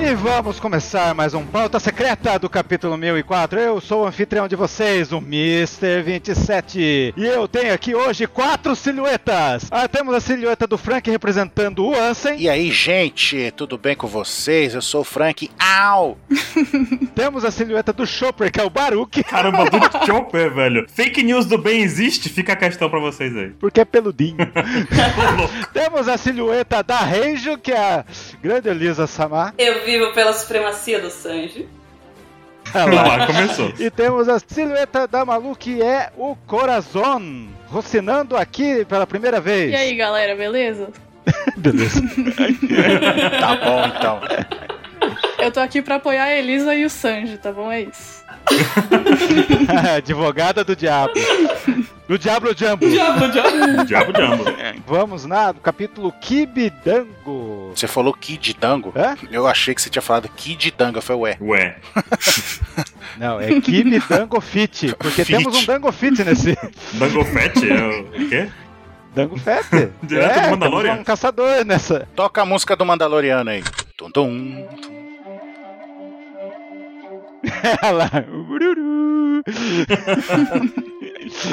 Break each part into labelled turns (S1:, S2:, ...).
S1: E vamos começar mais um Pauta Secreta do capítulo 1004. Eu sou o anfitrião de vocês, o Mr. 27. E eu tenho aqui hoje quatro silhuetas. Ah, temos a silhueta do Frank representando o Ansem.
S2: E aí, gente, tudo bem com vocês? Eu sou o Frank. Au!
S1: temos a silhueta do Chopper, que é o Baruque.
S3: Caramba, do Chopper, velho. Fake news do bem existe? Fica a questão pra vocês aí.
S1: Porque é peludinho. temos a silhueta da Reijo, que é a grande Elisa Samar.
S4: Eu vivo pela supremacia do Sanji.
S1: É
S3: Ah lá. lá, começou.
S1: E temos a silhueta da Malu, que é o Corazon, rocinando aqui pela primeira vez.
S5: E aí, galera, beleza?
S1: beleza.
S2: tá bom, então.
S5: Eu tô aqui pra apoiar a Elisa e o Sanji, tá bom? É isso.
S1: Advogada do diabo. Do Diablo Jumbo.
S4: Diablo Jumbo.
S3: Diablo Jumbo.
S1: Vamos lá, no capítulo Kibidango.
S2: Você falou Kididango?
S1: Hã?
S2: Eu achei que você tinha falado Kididango. Foi ué.
S3: Ué.
S1: Não, é Kibidango Fit. Porque
S2: Fit.
S1: temos um Dango Fit nesse.
S3: Dango Fett é o quê?
S1: Dango Fett.
S3: Direto do Mandalorian?
S1: temos um caçador nessa.
S2: Toca a música do Mandaloriano aí. Tum, tum, tum.
S1: Ela.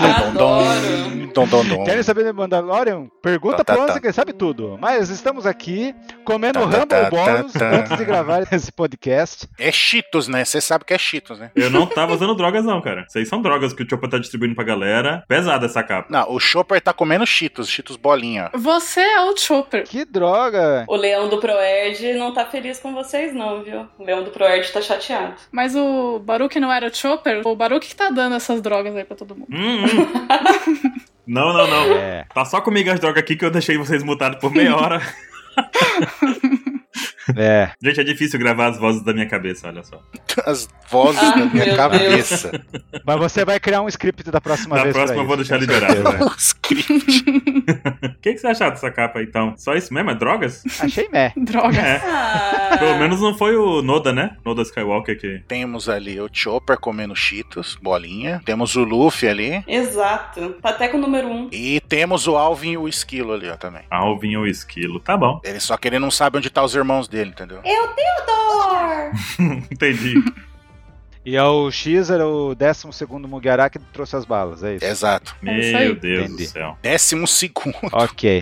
S2: Dom,
S4: Adoro.
S2: dom, dom, dom, dom.
S1: Querem saber de Mandalorian? Pergunta
S2: Tá, tá,
S1: pro Anse,
S2: tá.
S1: que ele sabe tudo. Mas estamos aqui comendo
S2: Tá, tá,
S1: Rumble
S2: tá,
S1: Bônus
S2: tá, tá.
S1: antes de gravar esse podcast.
S2: É Cheetos, né? Você sabe que é Cheetos, né?
S3: Eu não tava usando drogas, não, cara. Isso aí são drogas que o Chopper tá distribuindo pra galera. Pesada essa capa.
S2: Não, o Chopper tá comendo Cheetos, Cheetos bolinha.
S5: Você é o Chopper.
S1: Que droga!
S4: O leão do Proerd não tá feliz com vocês, não, viu? O leão do Proerd tá chateado.
S5: Mas o Baruque não era o Chopper? O Baruque que tá dando essas drogas aí pra todo mundo.
S3: Hum, hum. Não, não, não.
S1: É.
S3: Tá só comigo as drogas aqui que eu deixei vocês mutados por meia hora.
S1: É.
S3: Gente, é difícil gravar as vozes da minha cabeça, olha só.
S2: As vozes
S4: Ah,
S2: da minha
S4: meu
S2: cabeça.
S1: Mas você vai criar um script da próxima
S3: Na
S1: vez. pra
S3: próxima eu
S1: isso,
S3: vou deixar
S1: com
S3: liberado,
S1: certeza.
S3: velho.
S2: Os críticos.
S3: O que, que você achou dessa capa, então? Só isso mesmo? É drogas?
S1: Achei meh.
S5: Droga.
S3: É.
S4: Ah,
S3: Pelo menos não foi o Noda, né? Noda Skywalker que.
S2: Temos ali o Chopper comendo Cheetos, bolinha. Temos o Luffy ali.
S4: Exato. Tá até com o número um.
S2: E temos o Alvin e o Esquilo ali, ó, também.
S3: Alvin ou Esquilo. Tá bom.
S2: Ele só que ele não sabe onde tá os irmãos dele, entendeu?
S4: Eu, Theodore!
S3: Entendi.
S1: E é o Xer, o 12 Mugiará que trouxe as balas, é isso?
S2: Exato.
S5: É isso aí.
S3: Meu Deus
S1: Entendi.
S3: do céu.
S2: Décimo segundo.
S1: Ok.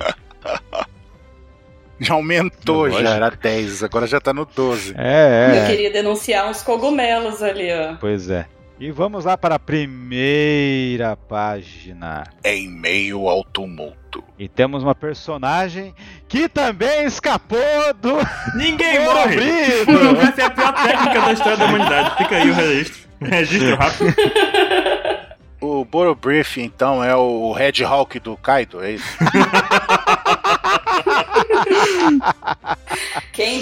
S2: Já aumentou,
S1: Lógico.
S2: já era 10, agora já tá no 12.
S4: Eu
S1: É, é.
S4: queria denunciar uns cogumelos ali, ó.
S1: Pois é. E vamos lá para a primeira página.
S2: É Em meio ao tumulto.
S1: E temos uma personagem que também escapou do
S3: Ninguém
S1: Ouro
S3: morre!
S1: Brito.
S3: Essa é a pior técnica da história da humanidade. Fica aí o registro. Registro rápido.
S2: O Borobrief, então, é o Red Hawk do Kaido, é isso?
S4: Quem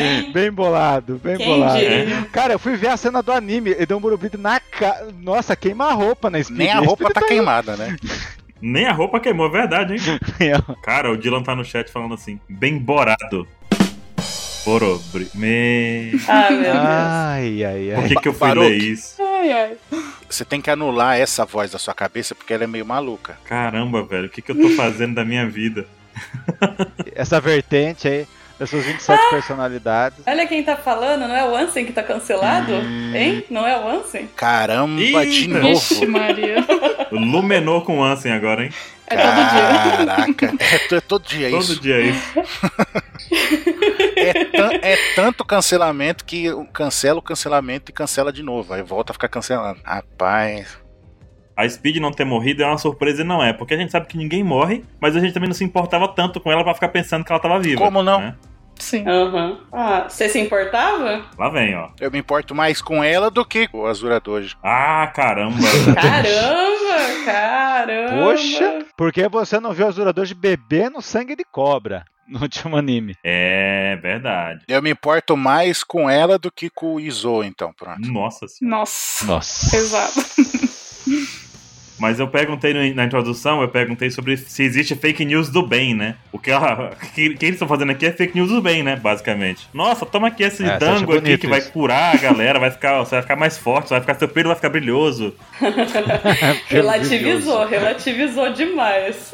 S4: hein?
S1: Bem bolado, bem
S4: Quem
S1: bolado.
S3: É.
S4: diria?
S1: Cara, eu fui ver a cena do anime, ele deu um burubito na cara. Nossa, queima a roupa na Speed.
S2: Nem a
S1: Esse
S2: roupa tá queimada, né?
S3: Nem a roupa queimou, é verdade, hein?
S1: mesmo.
S3: Cara, o Dylan tá no chat falando assim, bem borado. Borobre. Me...
S4: Ah, meu Deus.
S1: Ai, ai,
S3: Por
S1: ai.
S3: que que eu fui
S2: Baruque.
S3: ler isso?
S5: Ai, ai.
S2: Você tem que anular essa voz da sua cabeça porque ela é meio maluca.
S3: Caramba, velho, o que que eu tô fazendo da minha vida?
S1: Essa vertente aí, dessas
S4: Ah!
S1: 27 personalidades.
S4: Olha quem tá falando, não é o Ansem que tá cancelado?
S2: Hum.
S4: Hein? Não é o Ansem?
S2: Caramba, de
S3: Eita.
S5: Vixe,
S2: novo.
S5: Maria.
S3: Lumenou com o Ansem agora, hein?
S5: É todo dia.
S2: Caraca, é, to- é todo dia
S3: Todo
S2: isso.
S3: dia é isso.
S2: É, tan- é tanto cancelamento que cancela o cancelamento e cancela de novo. Aí volta a ficar cancelando. Rapaz.
S3: A Speed não ter morrido é uma surpresa e não é, porque a gente sabe que ninguém morre, mas a gente também não se importava tanto com ela pra ficar pensando que ela tava viva.
S2: Como não?
S3: né?
S5: Sim.
S4: Aham. Ah, você se importava?
S3: Lá vem, ó.
S2: Eu me importo mais com ela do que com o Azura Doji.
S3: Ah, caramba.
S4: Caramba! Caramba!
S1: Poxa, por que você não viu os duradores bebendo sangue de cobra no último anime?
S3: é verdade.
S2: Eu me importo mais com ela do que
S3: Hum.
S2: com o Izo, então, pronto.
S3: Nossa senhora.
S5: Nossa.
S1: Nossa.
S5: Exato.
S3: Mas eu perguntei no- na introdução, eu perguntei sobre se existe fake news do bem, né? O que, ela- que, que eles estão fazendo aqui é fake news do bem, né? Basicamente. Nossa, toma aqui esse
S1: É, você acha
S3: dango aqui
S1: bonito
S3: que vai
S1: isso.
S3: curar a galera, vai ficar, você vai ficar mais forte, você vai ficar, seu pelo vai ficar brilhoso.
S4: Relativizou, relativizou demais.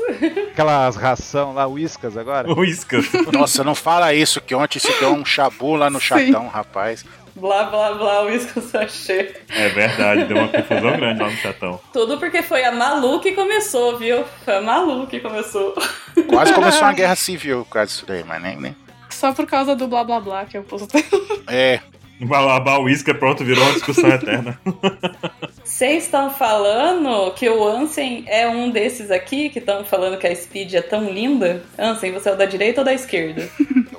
S1: Aquelas ração lá, uíscas agora.
S3: Uíscas.
S2: Nossa, não fala isso, que ontem se deu um chabu lá no
S5: Sim.
S2: chatão, rapaz.
S4: Blá, blá, blá, o isso que eu só achei.
S3: É verdade, deu uma confusão grande lá no chatão.
S4: Tudo porque foi a Malu que começou, viu? Foi a Malu que começou.
S2: Quase começou uma guerra civil por causa disso daí, mas nem. nem.
S5: Só por causa do blá blá blá que eu postei.
S2: É,
S3: Balabar uísca, é pronto, virou uma discussão eterna.
S4: Vocês estão falando que o Ansem é um desses aqui que estão falando que a Speed é tão linda? Ansem, você é o da direita ou da esquerda?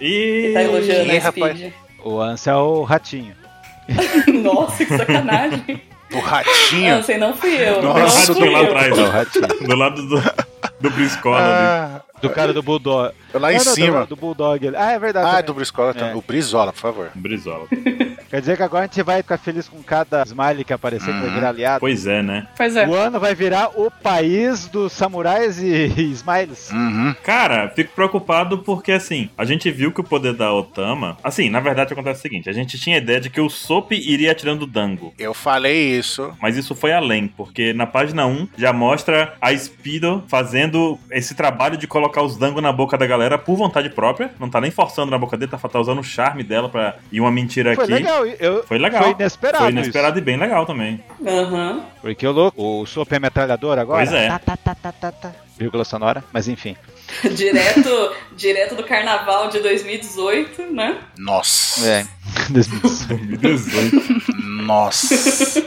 S3: E
S4: Que tá elogiando
S2: Ih,
S4: a
S2: rapaz.
S4: Speed.
S1: O Anse é o ratinho.
S4: Nossa, que sacanagem.
S2: do ratinho.
S4: Ansem, não fui eu.
S2: Nossa,
S3: do
S4: não fui
S3: lá
S4: eu.
S3: atrás,
S1: É o ratinho.
S3: do lado do, do Briscola ali.
S2: Ah,
S1: Do cara do Bulldog.
S2: lá em
S1: Não, não,
S2: cima.
S1: Do, do Bulldog. ali. Ah, é verdade.
S2: Ah,
S1: também.
S2: do Briscola
S1: É.
S2: também. O Brizola, por favor.
S3: Brizola.
S1: Quer dizer que agora a gente vai ficar feliz com cada smiley que aparecer, que vai
S2: Uhum.
S1: virar aliado.
S3: Pois é, né?
S5: Pois é.
S1: O ano vai virar o país dos samurais e, e smiles.
S3: Hum,
S2: Uhum.
S3: Cara, fico preocupado porque, assim, a gente viu que o poder da Otama. Assim, na verdade acontece o seguinte: a gente tinha a ideia de que o Sop iria atirando o Dango.
S2: Eu falei isso.
S3: Mas isso foi além, porque na página 1 já mostra a Speedo fazendo esse trabalho de colocar os dangos na boca da galera por vontade própria. Não tá nem forçando na boca dele, tá, tá usando o charme dela pra ir uma mentira
S1: Foi
S3: aqui.
S1: legal. Eu,
S3: Foi legal.
S1: Foi inesperado.
S3: Foi inesperado e bem legal também.
S4: Aham.
S1: Isso. Porque o louco, o Soap é metralhador agora?
S3: Pois é.
S1: Tá, tá, tá, tá, tá, tá. Vírgula sonora, mas enfim.
S4: Direto, direto do carnaval de 2018, né?
S2: Nossa.
S1: É. 2018.
S3: Meu Deus do céu.
S2: Nossa.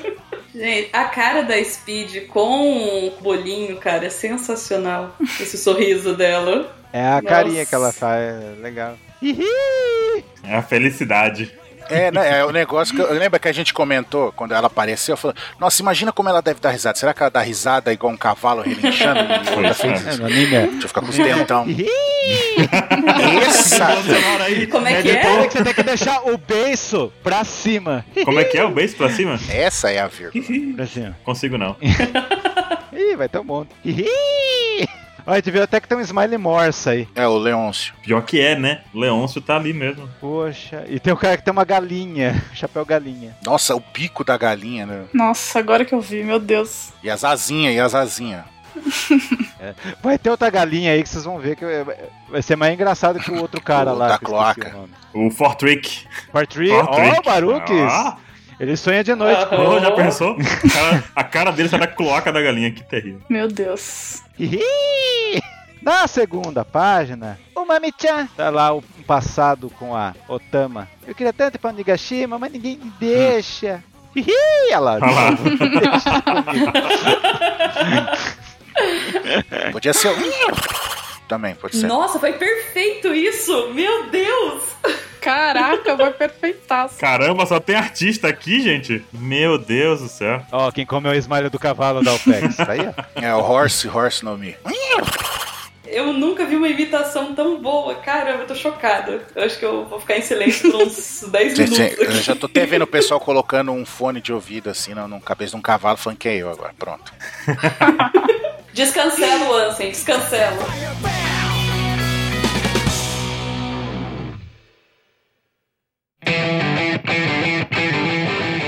S4: Gente, a cara da Speed com o bolinho, cara, é sensacional. Esse sorriso dela.
S1: É a
S4: Nossa.
S1: carinha que ela faz. é Legal. Ihi!
S3: É a felicidade.
S2: É, né? É o negócio que eu, lembra que a gente comentou quando ela apareceu, eu falei, nossa, imagina como ela deve dar risada. Será que ela dá risada igual um cavalo relinchando? Assim,
S3: Pois é.
S1: É, no anime é.
S2: Deixa eu ficar com os dentão.
S1: Ihi!
S2: Essa!
S4: Como é que é?
S1: Olha que você tem que deixar o beiço pra cima.
S3: Como é que é o beijo pra cima?
S2: Essa é a vírgula.
S1: Pra cima.
S3: Consigo não.
S1: Ih, vai ter um monte. Ihi! Olha, a gente viu até que tem um smile morsa aí.
S2: É o Leôncio.
S3: Pior que é, né? Leôncio tá ali mesmo.
S1: Poxa. E tem um cara que tem uma galinha. Chapéu galinha.
S2: Nossa, o bico da galinha, né?
S5: Nossa, agora que eu vi, meu Deus.
S2: E as asinhas, e as asinhas.
S1: Vai ter outra galinha aí que vocês vão ver que é- vai ser mais engraçado que o outro cara
S2: O
S1: lá.
S2: da
S1: que eu esqueci o
S2: cloaca.
S1: nome.
S3: O Fortrick.
S1: Partri, ó,
S3: Fortrick.
S1: oh, Baruques.
S3: Ah,
S1: Ele sonha de noite.
S4: Ah.
S3: oh, já pensou? O cara- a cara dele sai da cloaca da galinha, que terrível.
S5: Meu Deus.
S1: Hihi! Na segunda página, o Mami-chan. Tá lá o passado com a Otama. Eu queria tanto ir pra Onigashima, mas ninguém me deixa. Hihi! Hum. Olha lá.
S3: Olha lá.
S2: Podia ser. o- Também, pode ser.
S4: Nossa, foi perfeito isso! Meu Deus!
S5: Caraca, vai perfeitar.
S3: Caramba, só tem artista aqui, gente. Meu Deus do céu.
S1: Ó, quem comeu o esmalho do cavalo da Alpex. Tá aí, ó.
S2: É o Horse, Horse no Mi.
S4: Eu nunca vi uma imitação tão boa. Caramba, eu tô chocada. Eu acho que eu vou ficar em silêncio por uns 10
S2: Gente,
S4: minutos
S2: eu
S4: aqui.
S2: já tô até vendo o pessoal colocando um fone de ouvido assim na na cabeça de um cavalo, falando que é eu agora. Pronto.
S4: Descancela o Ansem, descancela.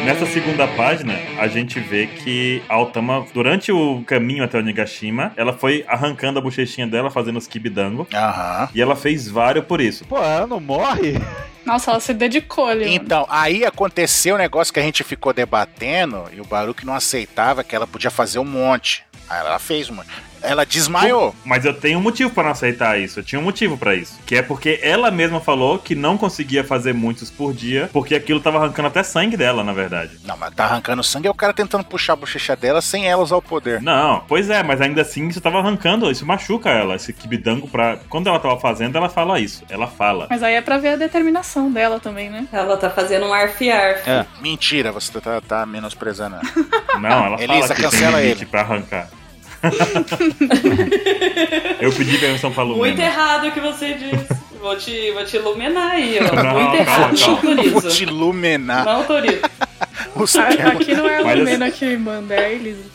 S3: Nessa segunda página, a gente vê que a Otama, durante o caminho até Onigashima, ela foi arrancando a bochechinha dela, fazendo os kibidango.
S2: Aham.
S3: E ela fez vários por isso.
S1: Pô, ela não morre?
S5: Nossa, ela se dedicou ali. mano.
S2: Então, aí aconteceu o negócio que a gente ficou debatendo e o Baruque não aceitava que ela podia fazer um monte. Aí ela fez um monte. Ela desmaiou.
S3: Mas eu tenho um motivo pra não aceitar isso. Eu tinha um motivo pra isso. Que é porque ela mesma falou que não conseguia fazer muitos por dia, porque aquilo tava arrancando até sangue dela, na verdade.
S2: Não, mas tá arrancando sangue, é o cara tentando puxar a bochecha dela sem ela usar o poder.
S3: Não, pois é, mas ainda assim isso tava arrancando, isso machuca ela, esse kibidango pra. Quando ela tava fazendo, ela fala isso. Ela fala.
S5: Mas aí é pra ver a determinação dela também, né?
S4: Ela tá fazendo um arfiar.
S1: É.
S2: Mentira, você tá, tá menosprezando. ela.
S3: Não, ela
S2: Elisa,
S3: fala que tem
S2: cancela
S3: limite
S2: ele.
S3: pra arrancar. eu pedi permissão pra Lumena.
S4: Muito errado o que você disse. Vou te, vou te iluminar aí, ó.
S3: Não,
S4: Muito
S3: calma, calma.
S4: errado.
S2: Vou
S4: Não
S2: te
S4: autorizo.
S2: iluminar.
S4: Não autorizo.
S2: bolso.
S5: Aqui não é a
S3: Mas-
S5: Lumena que manda, é a Elisa.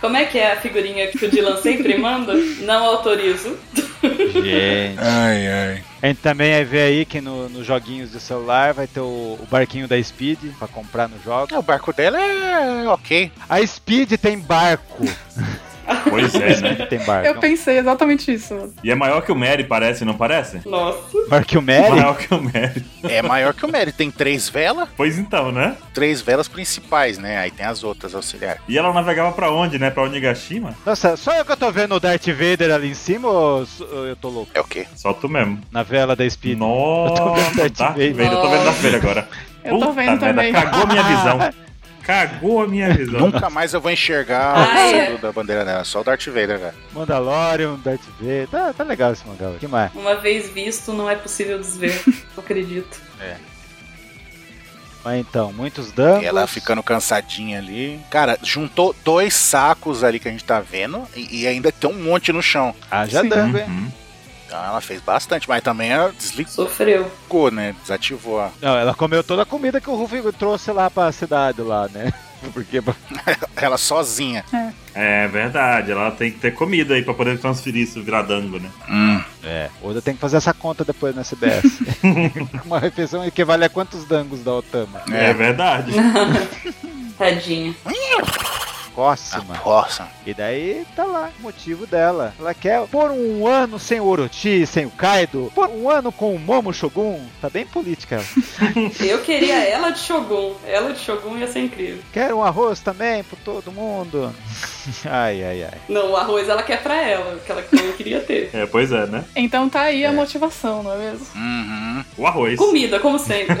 S4: Como é que é a figurinha que o Dylan sempre manda? Não autorizo.
S1: Gente.
S2: Ai, ai.
S1: A gente também vê aí que no- nos joguinhos de celular vai ter o, o barquinho da Speed pra comprar no jogo.
S2: É, O barco dela é ok.
S1: A Speed tem barco.
S3: Pois é, né?
S1: Speed tem barco.
S5: Eu pensei exatamente isso.
S3: E é maior que o Mary, parece, não parece?
S4: Nossa.
S1: Barquinho Mary?
S3: Maior que o Mary.
S2: É maior que o Mary. Tem três velas,
S3: Pois então, né?
S2: três velas principais, né? Aí tem as outras auxiliares.
S3: E ela navegava pra onde, né? Pra Onigashima?
S1: Nossa, só eu que eu tô vendo o Darth Vader ali em cima ou s- ou eu tô louco?
S2: É ok.
S3: Só tu mesmo.
S1: Na vela da Speed.
S3: Nossa,
S1: Eu tô vendo Darth
S3: Darth
S1: Vader.
S3: Vader, Eu tô vendo Darth Vader agora.
S5: Eu tô
S3: Puta
S5: vendo
S3: merda,
S5: também.
S3: Cagou a minha visão. Cagou a minha visão.
S2: Nunca mais eu vou enxergar
S4: Ah,
S2: o
S4: é?
S2: símbolo da bandeira dela. Só o Darth Vader, velho.
S1: Mandalorian, Darth Vader. Tá, tá legal esse mangá. O que mais?
S4: Uma vez visto, não é possível desver. Não acredito.
S1: Mas então, muitos danos.
S2: E ela ficando cansadinha ali. Cara, juntou dois sacos ali que a gente tá vendo e, e ainda tem um monte no chão.
S1: Ah, já
S5: Sim.
S1: dando, hein?
S3: Uhum.
S2: Então ela fez bastante, mas também ela desligou,
S4: Sofreu.
S2: né? Desativou. a-
S1: Não, ela comeu toda a comida que o Ruffy trouxe lá pra cidade lá, né? Porque
S2: Ela sozinha.
S3: É verdade, ela tem que ter comida aí pra poder transferir isso virar dango, né?
S2: Hum.
S1: É. Oda tem que fazer essa conta depois na CBS. Uma refeição equivale a quantos dangos da Otama?
S3: É,
S2: É.
S3: verdade.
S4: Tadinha.
S1: Próxima.
S2: É. Nossa.
S1: E daí tá lá o motivo dela. Ela quer por um ano sem o Orochi, sem o Kaido, por um ano com o Momo Shogun. Tá bem política ela.
S4: Eu queria ela de Shogun. Ela de Shogun ia ser incrível.
S1: Quer um arroz também pro todo mundo. Ai, ai, ai.
S4: Não, o arroz ela quer pra ela, que ela não queria ter.
S3: É, pois é, né?
S5: Então tá aí a motivação, não é mesmo?
S2: Uhum.
S3: O arroz.
S4: Comida, como sempre.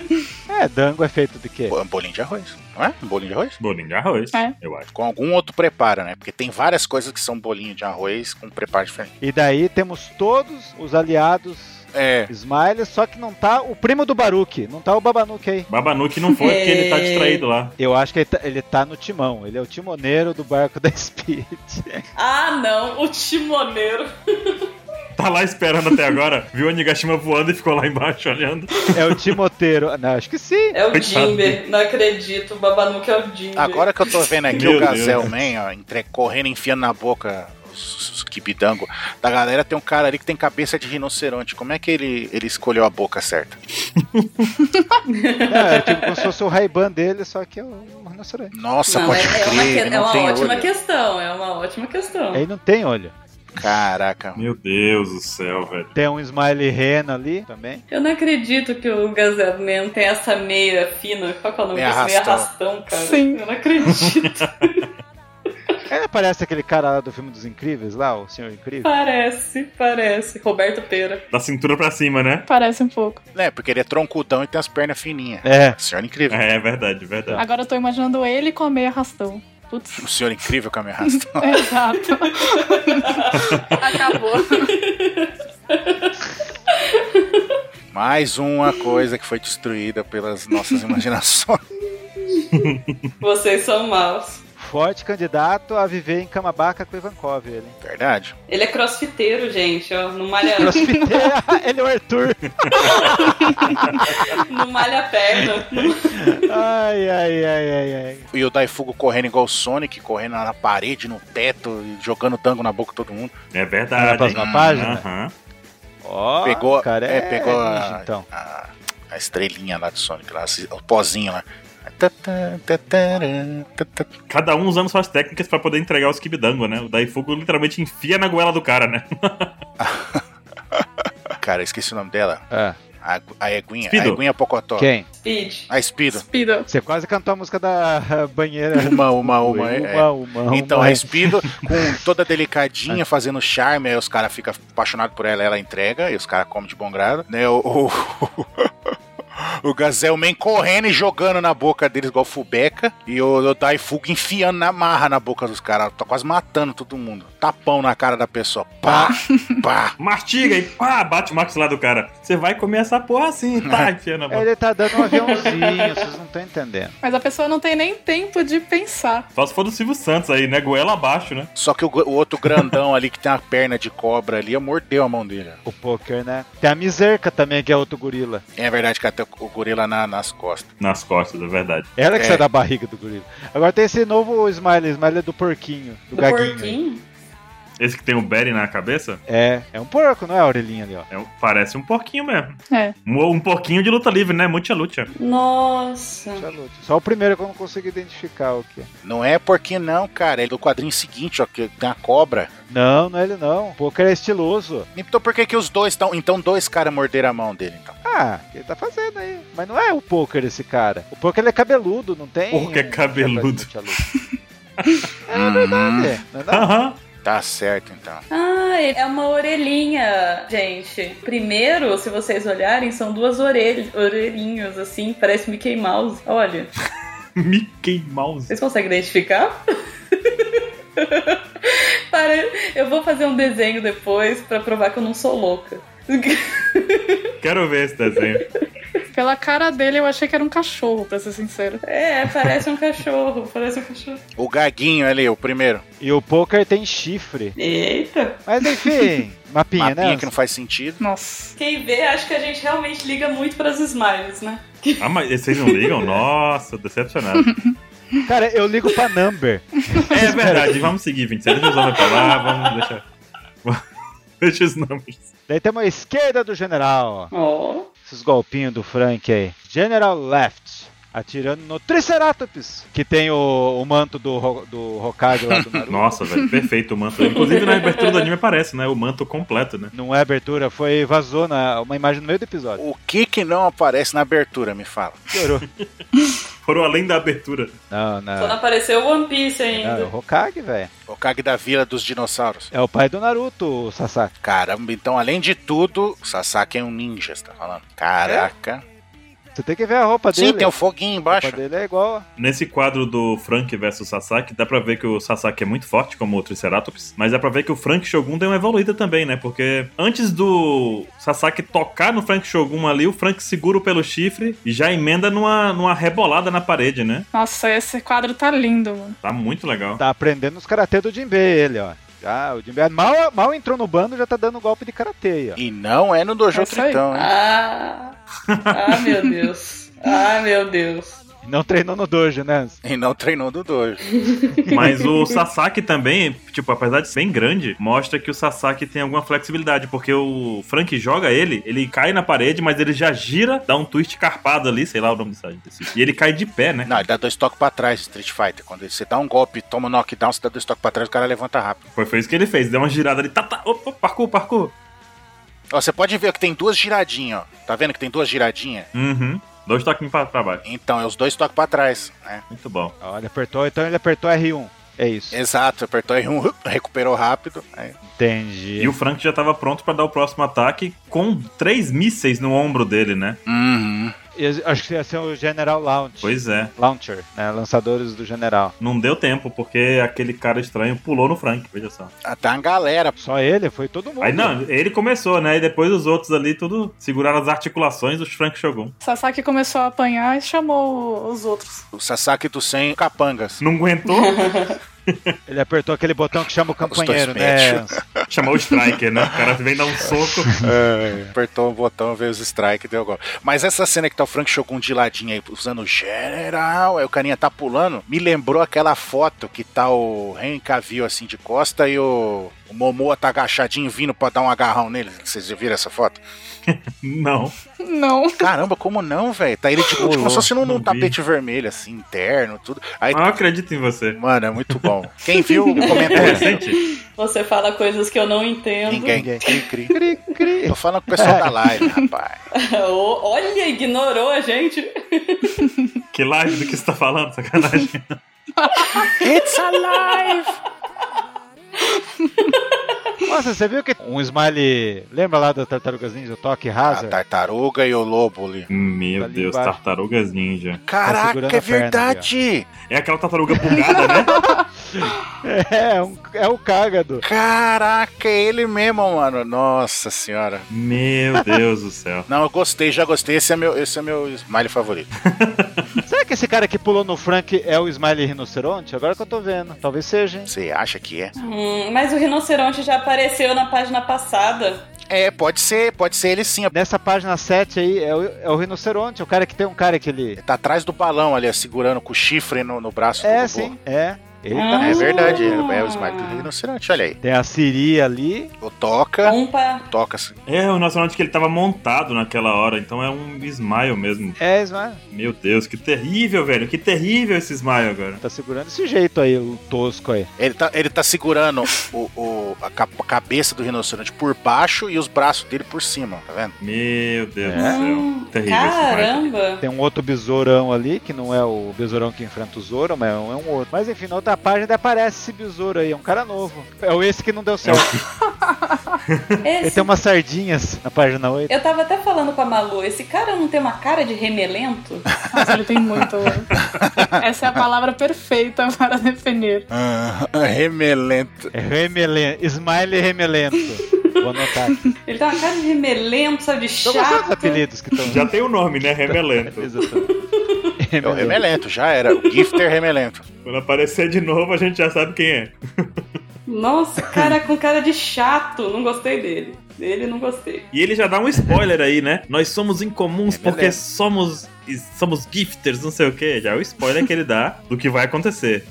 S1: É, dango é feito de quê?
S2: Um bolinho de arroz, não é? Um bolinho de arroz?
S3: Bolinho de arroz,
S5: É.
S3: eu acho.
S2: Com algum outro preparo, né? Porque tem várias coisas que são bolinho de arroz com preparo diferente.
S1: E daí temos todos os aliados
S2: É.
S1: Smiley, só que não tá o primo do Baruque, não tá o Babanuke aí.
S3: Babanuki não foi porque ele tá
S4: É.
S3: distraído lá.
S1: Eu acho que ele tá, ele tá no timão, ele é o timoneiro do barco da Speed.
S4: ah, não, o timoneiro.
S3: Tá lá esperando até agora, viu a Nigashima voando e ficou lá embaixo olhando.
S1: É o Timoteiro. Não, acho que sim. né?
S4: É o
S3: Coitado.
S4: Jimber. Não acredito, o Babanuque é o Jimber.
S2: Agora que eu tô vendo aqui
S3: Meu
S2: o Gazel
S3: Deus.
S2: Man, ó, entre, correndo, enfiando na boca os, os quibidango da galera, tem um cara ali que tem cabeça de rinoceronte. Como é que ele, ele escolheu a boca certa?
S1: Não, é tipo como se fosse o Ray-Ban dele, só que é um rinoceronte.
S2: Nossa,
S4: Não,
S2: pode
S4: é, é uma,
S2: crer,
S4: que-
S2: ele
S4: é
S2: não
S4: uma
S2: tem
S4: ótima
S2: olho.
S4: questão, é uma ótima questão.
S1: Aí não tem olho.
S2: Caraca.
S3: Meu Deus do céu, velho.
S1: Tem um Smiley Rena ali também.
S4: Eu não acredito que o Gazelle Man tem essa meia fina. Qual que é o nome
S2: Meia
S4: disso? Meia
S2: arrastão.
S4: arrastão, cara.
S5: Sim.
S4: Eu não acredito.
S1: Ele É, parece aquele cara lá do filme dos Incríveis, lá, o Senhor Incrível.
S4: parece, parece. Roberto Pera.
S3: Da cintura pra cima, né?
S5: Parece um pouco.
S2: É, porque ele é troncudão e tem as pernas fininhas.
S1: É.
S2: O senhor incrível.
S3: É, é verdade, é verdade.
S5: Agora eu tô imaginando ele com a meia arrastão. Putz.
S2: O Um senhor incrível com a minha rasta.
S5: Exato.
S3: Então.
S5: Acabou.
S2: Mais uma coisa que foi destruída pelas nossas imaginações.
S4: Vocês são maus.
S1: Forte candidato a viver em Camabaca com Ivankov, ele. hein?
S2: Verdade.
S4: Ele é crossfiteiro, gente, ó. Não malha,
S1: Crossfiteiro, ele é o Arthur.
S4: não malha a perna.
S1: Ai, ai, ai, ai, ai.
S2: E o Daifugo correndo igual o Sonic, correndo na parede, no teto, e jogando dango na boca de todo mundo.
S3: É
S1: Olha a
S3: verdade.
S1: próxima
S3: hein?
S1: página.
S3: Aham.
S1: Ó,
S2: Pegou-
S1: o cara
S2: é, pegou a-
S1: ninja, então.
S2: A, a estrelinha lá do Sonic, lá, o pozinho lá. Tatã, tatarã, tatã.
S3: Cada um usando suas técnicas pra poder entregar os kibidango, né? O Daifuku literalmente enfia na goela do cara, né?
S2: Cara, eu esqueci o nome dela.
S1: Ah,
S2: A, agu- a Eguinha.
S3: Speedo.
S2: A Eguinha Pocotó.
S1: quem?
S4: Speed.
S2: A Speedo.
S5: Speedo.
S1: Você quase cantou a música da banheira.
S2: Uma, uma, uma. é, é.
S1: uma, uma, uma.
S2: Então, a Speedo, com toda delicadinha, fazendo charme, aí os caras ficam apaixonados por ela, ela entrega, e os caras comem de bom grado. Né, o, o, o Gazelman correndo e jogando na boca deles, igual fubeca, e o, o Daifugo enfiando na marra na boca dos caras, tá quase matando todo mundo. Tapão na cara da pessoa. Pá, pá.
S3: Mastiga e pá, bate o maxilar do cara. Você vai comer essa porra assim, tá? Enfia na boca.
S1: Ele tá dando um aviãozinho, vocês não estão entendendo.
S5: Mas a pessoa não tem nem tempo de pensar.
S3: Só se for do Silvio Santos aí, né? Goela abaixo, né?
S2: Só que o, o outro grandão ali, que tem uma perna de cobra ali, mordeu a mão dele.
S1: O poker, né? Tem a Mizerca também, que é outro gorila.
S2: É verdade que até o gorila na- nas costas.
S3: nas costas, é verdade.
S1: Ela que
S2: É.
S1: sai da barriga do gorila. Agora tem esse novo Smiley, Smiley é do porquinho, do,
S4: Do
S1: gaguinho.
S4: porquinho?
S3: Esse que tem o Berry na cabeça
S1: É, é um porco, não é a orelhinha ali, ó.
S3: é, um- parece um porquinho mesmo.
S5: É.
S3: Um, um porquinho de luta livre, né? Muita luta.
S4: Nossa.
S1: Salute. Só o primeiro que eu não consigo identificar o que é.
S2: Não é porquinho, não, cara. É do quadrinho seguinte, ó, que tem a cobra.
S1: Não, não é ele não. O porco é estiloso.
S2: Então por que, que os dois estão. Então dois caras morderam a mão dele, então.
S1: Ah, o que ele tá fazendo aí? Mas não é o poker esse cara. O poker ele é cabeludo, não tem.
S3: Porco é cabeludo.
S1: é verdade. Não é nada.
S3: Aham.
S2: Tá certo, então.
S4: Ah, ele- é uma orelhinha, gente. Primeiro, se vocês olharem, são duas orelhas, orelhinhas, assim, parece Mickey Mouse. Olha,
S3: Mickey Mouse.
S4: vocês conseguem identificar? Para, eu vou fazer um desenho depois pra provar que eu não sou louca.
S3: Quero ver esse desenho.
S5: Pela cara dele, eu achei que era um cachorro, pra ser sincero.
S4: É, parece um cachorro, parece um cachorro.
S2: O gaguinho ali, o primeiro.
S1: E o poker tem chifre.
S4: Eita!
S1: Mas enfim, mapinha,
S2: Mapinha
S1: né?
S2: que não faz sentido.
S5: Nossa.
S4: Quem vê, acho que a gente realmente liga muito pras smiles, né?
S3: Ah, mas vocês não ligam? Nossa, decepcionado.
S1: Cara, eu ligo pra number.
S3: É verdade, vamos seguir, 26. Deixa os nomes pra lá, vamos deixar. Deixa os nomes.
S1: Daí tem uma esquerda do general. ó.
S4: Ó.
S1: Esses golpinhos do Frank aí. General Left. Atirando no Triceratops, que tem o, o manto do, Ho- do Hokage lá do Naruto.
S3: Nossa, velho, perfeito o manto. Inclusive na abertura do anime aparece, né? O manto completo, né?
S1: Não é abertura, foi vazou na, uma imagem no meio do episódio.
S2: O que que não aparece na abertura, me fala.
S1: Piorou.
S3: Foram além da abertura.
S1: Não,
S4: Só não
S1: não.
S4: apareceu o One Piece
S1: Não, é
S4: ainda.
S1: o Hokage, velho.
S2: O Kag da Vila dos Dinossauros.
S1: É o pai do Naruto, o Sasaki.
S2: Caramba, então além de tudo, o Sasaki é um ninja, você tá falando? Caraca.
S1: Você tem que ver a roupa dele.
S2: Sim, tem um foguinho
S1: A
S2: embaixo.
S1: roupa dele é igual.
S3: Nesse quadro do Frank versus Sasaki, dá pra ver que o Sasaki é muito forte, como o Triceratops, mas dá pra ver que o Frank Shogun deu uma evoluída também, né? Porque antes do Sasaki tocar no Frank Shogun ali, o Frank segura o pelo chifre e já emenda numa, numa rebolada na parede, né?
S5: Nossa, esse quadro tá lindo, mano.
S3: Tá muito legal.
S1: Tá aprendendo os karatê do Jinbei, ele, ó. Já, o Jinbei é mal, mal entrou no bando, já tá dando golpe de karatê aí, ó.
S2: E não é no Dojo
S5: É isso aí.
S2: Tritão, hein?
S4: Ah! Ah, meu Deus! Ah, meu Deus!
S1: E Não treinou no dojo, né? Anson?
S2: E não treinou do Dojo.
S3: Mas o Sasaki também, tipo, apesar de ser bem grande, mostra que o Sasaki tem alguma flexibilidade, porque o Frank joga ele, ele cai na parede, mas ele já gira, dá um twist carpado ali, sei lá o nome dessa- desse. E ele cai de pé, né?
S2: Não, ele dá dois toques pra trás, Street Fighter. Quando você dá um golpe, toma um knockdown, você dá dois toques pra trás, o cara levanta rápido.
S3: Foi, foi isso que ele fez, deu uma girada ali, tá, tá, opa, parkour, parkour.
S2: Ó, você pode ver que tem duas giradinhas, ó. Tá vendo que tem duas giradinhas?
S3: Uhum. Dois toquinhos pra, pra baixo.
S2: Então, é os dois toques pra trás, né?
S3: Muito bom.
S1: Ó, ele apertou, então ele apertou R1. É isso.
S2: Exato, apertou R1, recuperou rápido. né?
S1: Entendi.
S3: E o Frank já tava pronto pra dar o próximo ataque com três mísseis no ombro dele, né?
S2: Uhum.
S1: E Acho que ia ser o General Launch.
S3: Pois é.
S1: Launcher, né? Lançadores do General.
S3: Não deu tempo, porque aquele cara estranho pulou no Frank, veja só.
S2: Ah, Tá uma galera.
S1: Só ele? Foi todo mundo.
S3: Aí não, ele começou, né? E depois os outros ali, tudo seguraram as articulações dos Frank Shogun.
S5: Sasaki começou a apanhar e chamou os outros.
S2: O Sasaki do 100 capangas.
S3: Não aguentou,
S1: Ele apertou aquele botão que chama o
S2: dois
S1: campanheiro, né?
S2: médios.
S1: Anson?
S3: chamou o Striker, né? O cara vem dar um soco.
S2: Apertou o botão, veio os strike, deu gol. Mas essa cena que tá o Frank Shogun de ladinho aí, usando o general, aí o carinha tá pulando, me lembrou aquela foto que tá o Henry Cavill assim de costa e o, o Momoa tá agachadinho vindo pra dar um agarrão nele. Vocês já viram essa foto?
S3: Não.
S5: Não.
S2: Caramba, como não, velho? Tá ele tipo,
S3: Ô,
S2: como se fosse num,
S3: não
S2: num
S3: vi.
S2: tapete vermelho, assim, interno, tudo. Aí,
S3: Ah, eu acredito em você.
S2: mano, é muito bom. Quem viu, comenta
S3: É
S2: aí.
S3: recente?
S4: Você fala coisas que eu não entendo.
S2: Ninguém.
S1: Ninguém. É.
S2: Cri, cri.
S1: Cri, cri.
S2: Tô falando com o pessoal da live, rapaz.
S4: Ô, Olha, ignorou a gente.
S3: Que laje do que você tá falando, sacanagem.
S2: It's alive!
S1: Nossa, você viu que um smiley. Lembra lá da Tartarugas Ninja, o Toque
S2: A
S1: Hazard?
S2: tartaruga e o lobo ali.
S3: Meu
S1: Tá Ali
S3: Deus,
S1: embaixo.
S3: tartarugas ninja.
S2: Caraca,
S1: Tá segurando
S2: é
S1: a perna ali, ó.
S2: verdade!
S3: É aquela tartaruga bugada, né?
S1: É, um- é o Cagado.
S2: Caraca, é ele mesmo, mano. Nossa senhora.
S3: Meu Deus do céu.
S2: Não, eu gostei, já gostei. Esse é meu, esse é meu smile favorito.
S1: Será que esse cara que pulou no Frank é o Smiley Rinoceronte? Agora que eu tô vendo. Talvez seja, hein?
S2: Você acha que é?
S4: Hum, mas o rinoceronte já apareceu na página passada.
S2: É, pode ser, pode ser ele sim.
S1: Nessa página 7 aí é o, é o rinoceronte, o cara que tem um cara que ele.
S2: Tá atrás do balão ali, ó, segurando com o chifre no, no braço.
S1: É,
S2: do
S1: sim,
S2: robô.
S1: é. Ele
S4: Ah.
S2: É verdade, é o Smite do Rinoceronte, olha aí.
S1: Tem a Siri ali.
S2: O Toca,
S4: Um pra.
S2: o Toca, assim.
S3: É, o Nacional que ele tava montado naquela hora, então é um smile mesmo.
S1: É, Ismael.
S3: Meu Deus, que terrível, velho. Que terrível esse smile agora.
S1: Tá segurando esse jeito aí, o tosco aí.
S2: Ele tá, ele tá segurando o, o- a cap- cabeça do rinoceronte por baixo e os braços dele por cima, tá vendo?
S3: Meu Deus
S1: É.
S3: do
S4: Hum,
S3: céu. Terrível esse smile.
S4: caramba!
S1: Tem um outro besourão ali, que não é o besourão que enfrenta o Zoro, mas é um é um outro. Mas enfim, na outra página aparece esse besouro aí, é um cara novo. É o esse que não deu certo. Ele
S4: Esse-
S1: tem umas sardinhas na página 8.
S4: Eu tava até falando com a Malu, esse cara não tem uma cara de remelento?
S5: Nossa, ele tem muito. Essa é a palavra perfeita para definir.
S2: Ah, remelento.
S1: É remelento. Smile remelento. Vou anotar. aqui. Então,
S4: Ele tem uma cara de remelento, sabe, de
S1: Eu gostei dos
S4: chato.
S1: apelidos que estão.
S3: Já tem o nome, né? Remelento.
S2: É o remelento, já era. O Gifter remelento.
S3: Quando aparecer de novo, a gente já sabe quem é.
S4: Nossa, cara com cara de chato, não gostei dele. Dele não gostei.
S3: E ele já dá um spoiler aí, né? Nós somos
S2: É
S3: incomuns porque somos somos gifters, não sei o que. Já é o spoiler que ele dá do que vai acontecer.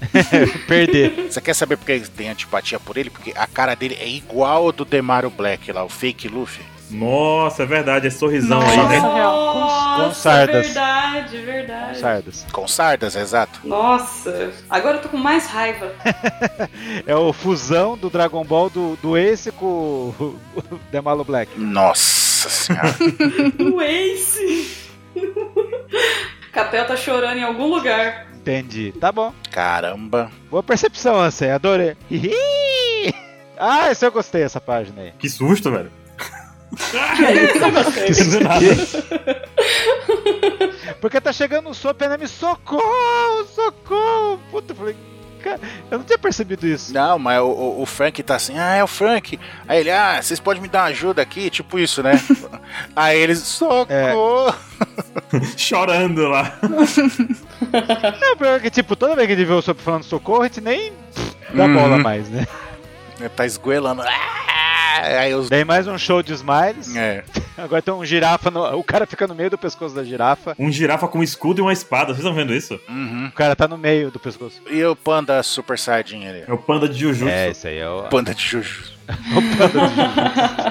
S1: Perder.
S2: Você quer saber por que tem antipatia por ele? Porque a cara dele é igual ao do Demario Black lá, o fake Luffy.
S3: Nossa, é verdade, é sorrisão
S5: Nossa.
S3: aí, né?
S1: Com- com
S4: Nossa,
S1: sardas.
S4: verdade, verdade.
S1: Sardas.
S2: Com sardas, exato.
S4: Nossa, agora eu tô com mais raiva.
S1: É o fusão do Dragon Ball do, do Ace com o, o Demalo Black.
S2: Nossa senhora.
S4: O Ace! Capel tá chorando em algum lugar.
S1: Entendi. Tá bom.
S2: Caramba.
S1: Boa percepção, Ansem. Adorei. ah, esse eu gostei dessa página aí.
S3: Que susto, velho.
S4: Gostei.
S3: Do nada.
S1: Porque tá chegando o Soap e me socorro, socorro. Puta, eu falei, cara, eu não tinha percebido isso.
S2: Não, mas o, o- o Frank tá assim, ah, é o Frank. Aí ele, ah, vocês podem me dar uma ajuda aqui? Tipo isso, né? Aí eles, socorro.
S3: Chorando lá.
S1: É, o problema é que, tipo, toda vez que a gente vê o Soap falando socorro, a gente nem dá bola
S2: Uhum.
S1: mais, né?
S2: Tá esgoelando. "Ah!" Aí os.
S1: Daí mais um show de smiles.
S2: É.
S1: Agora tem um girafa, no- o cara fica no meio do pescoço da girafa.
S3: Um girafa com um escudo e uma espada. Vocês estão vendo isso?
S2: Uhum.
S1: O cara tá no meio do pescoço.
S2: E o panda super saiyajin ali?
S3: É o panda de Jujutsu.
S1: isso aí é o.
S2: Panda de Juju.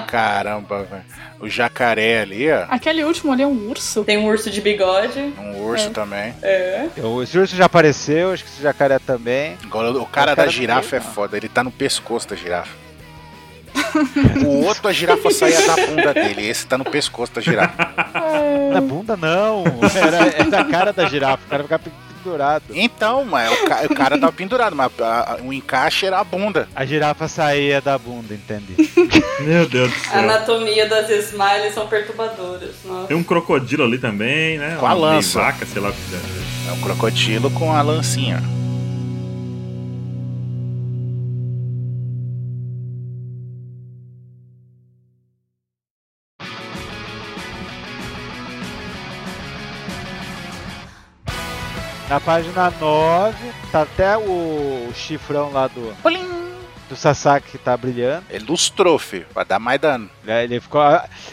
S2: Caramba, velho. O jacaré ali, ó.
S5: Aquele último ali é um urso.
S4: Tem um urso de bigode.
S2: Um urso também.
S4: É.
S1: O urso já apareceu, acho que esse jacaré também.
S2: Agora, o
S1: O cara
S2: cara da
S1: do
S2: girafa é
S1: meio, ó.
S2: foda, ele tá no pescoço da girafa. O outro, a girafa saía da bunda dele. Esse tá no pescoço da girafa.
S1: Na bunda não, era, era a cara da girafa, o cara fica pendurado.
S2: Então, mas o, ca- o cara tava pendurado, mas a- a- o encaixe era a bunda.
S1: A girafa saía da bunda, entendi.
S3: Meu Deus do
S4: A
S3: céu.
S4: anatomia das smiles são perturbadoras. Nossa.
S3: Tem um crocodilo ali também, né?
S2: Com a
S3: Uma
S2: lança.
S3: vaca, sei lá o que é.
S2: É um crocodilo com a lancinha.
S1: Na página 9, tá até o chifrão lá do. Do Sasaki que tá brilhando.
S2: Ele lustrou, filho, pra dar mais dano.
S1: né, Ele ficou.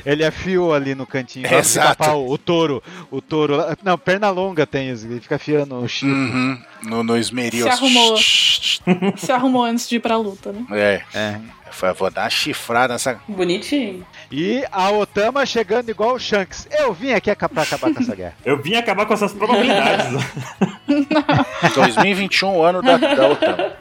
S1: Ele afiou ali no cantinho.
S3: É,
S1: pra
S2: Exato.
S1: tapar O, o touro. O touro. lá- Não, perna longa tem isso. Ele fica afiando o chifre.
S2: Uhum. No, no esmeril.
S5: Se arrumou. Se arrumou antes de ir pra luta, né?
S2: É.
S3: Hum.
S1: É.
S2: Eu falei, vou dar uma chifrada nessa.
S4: Bonitinho.
S1: E a Otama chegando igual o Shanks. Eu vim aqui aca- pra acabar com essa guerra.
S3: Eu vim acabar com essas probabilidades.
S2: 2021, ano da, da OTAN.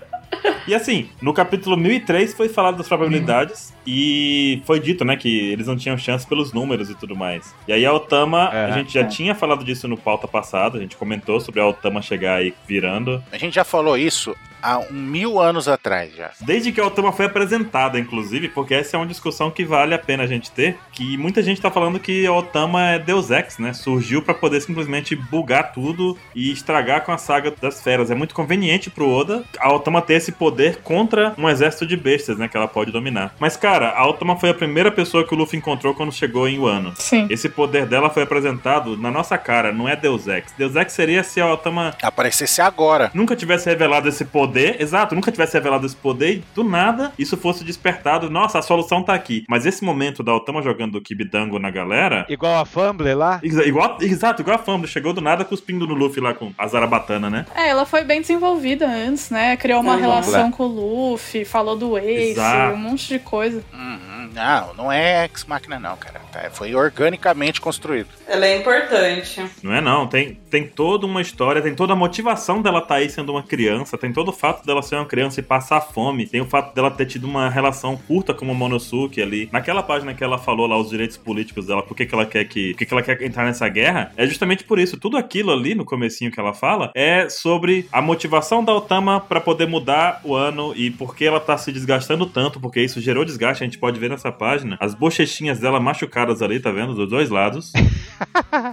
S3: E assim, no capítulo 1003 foi falado das probabilidades e foi dito, né, que eles não tinham chance pelos números e tudo mais. E aí a Otama,
S1: É.
S3: a gente já tinha falado disso no pauta passado, a gente comentou sobre a Otama chegar aí virando.
S2: A gente já falou isso há um mil anos atrás já.
S3: Desde que a Otama foi apresentada, inclusive, porque essa é uma discussão que vale a pena a gente ter, que muita gente tá falando que a Otama é Deus Ex, né? Surgiu pra poder simplesmente bugar tudo e estragar com a saga das feras. É muito conveniente pro Oda a Otama ter esse poder contra um exército de bestas, né? Que ela pode dominar. Mas, cara, a Otama foi a primeira pessoa que o Luffy encontrou quando chegou em Wano.
S5: Sim.
S3: Esse poder dela foi apresentado na nossa cara, não é Deus Ex. Deus Ex seria se a Otama
S2: Aparecesse agora.
S3: nunca tivesse revelado esse poder, exato, nunca tivesse revelado esse poder e do nada isso fosse despertado. Nossa, a solução tá aqui. Mas esse momento da Otama jogando o Kibidango na galera.
S1: Igual a Fumble lá?
S3: Exa- Igual, exato, igual a Fumble, chegou do nada cuspindo no Luffy lá com a Zarabatana, né?
S5: É, ela foi bem desenvolvida antes, né? Criou uma
S4: Uhum.
S5: relação com o Luffy, falou do Ace,
S3: Exato.
S5: um monte de coisa.
S2: Uhum. Não, não é ex-máquina, não, cara. Tá, Foi organicamente construído.
S4: Ela é importante.
S3: Não é não, tem, tem toda uma história, tem toda a motivação dela estar aí sendo uma criança, tem todo o fato dela ser uma criança e passar fome, tem o fato dela ter tido uma relação curta com o Monosuke ali. Naquela página que ela falou lá os direitos políticos dela, por que, que ela quer que, por que, que ela quer entrar nessa guerra, é justamente por isso. Tudo aquilo ali no comecinho que ela fala é sobre a motivação da Otama pra poder mudar o ano e por que ela tá se desgastando tanto, porque isso gerou desgaste, a gente pode ver nessa página as bochechinhas dela machucadas ali, tá vendo? Dos dois lados.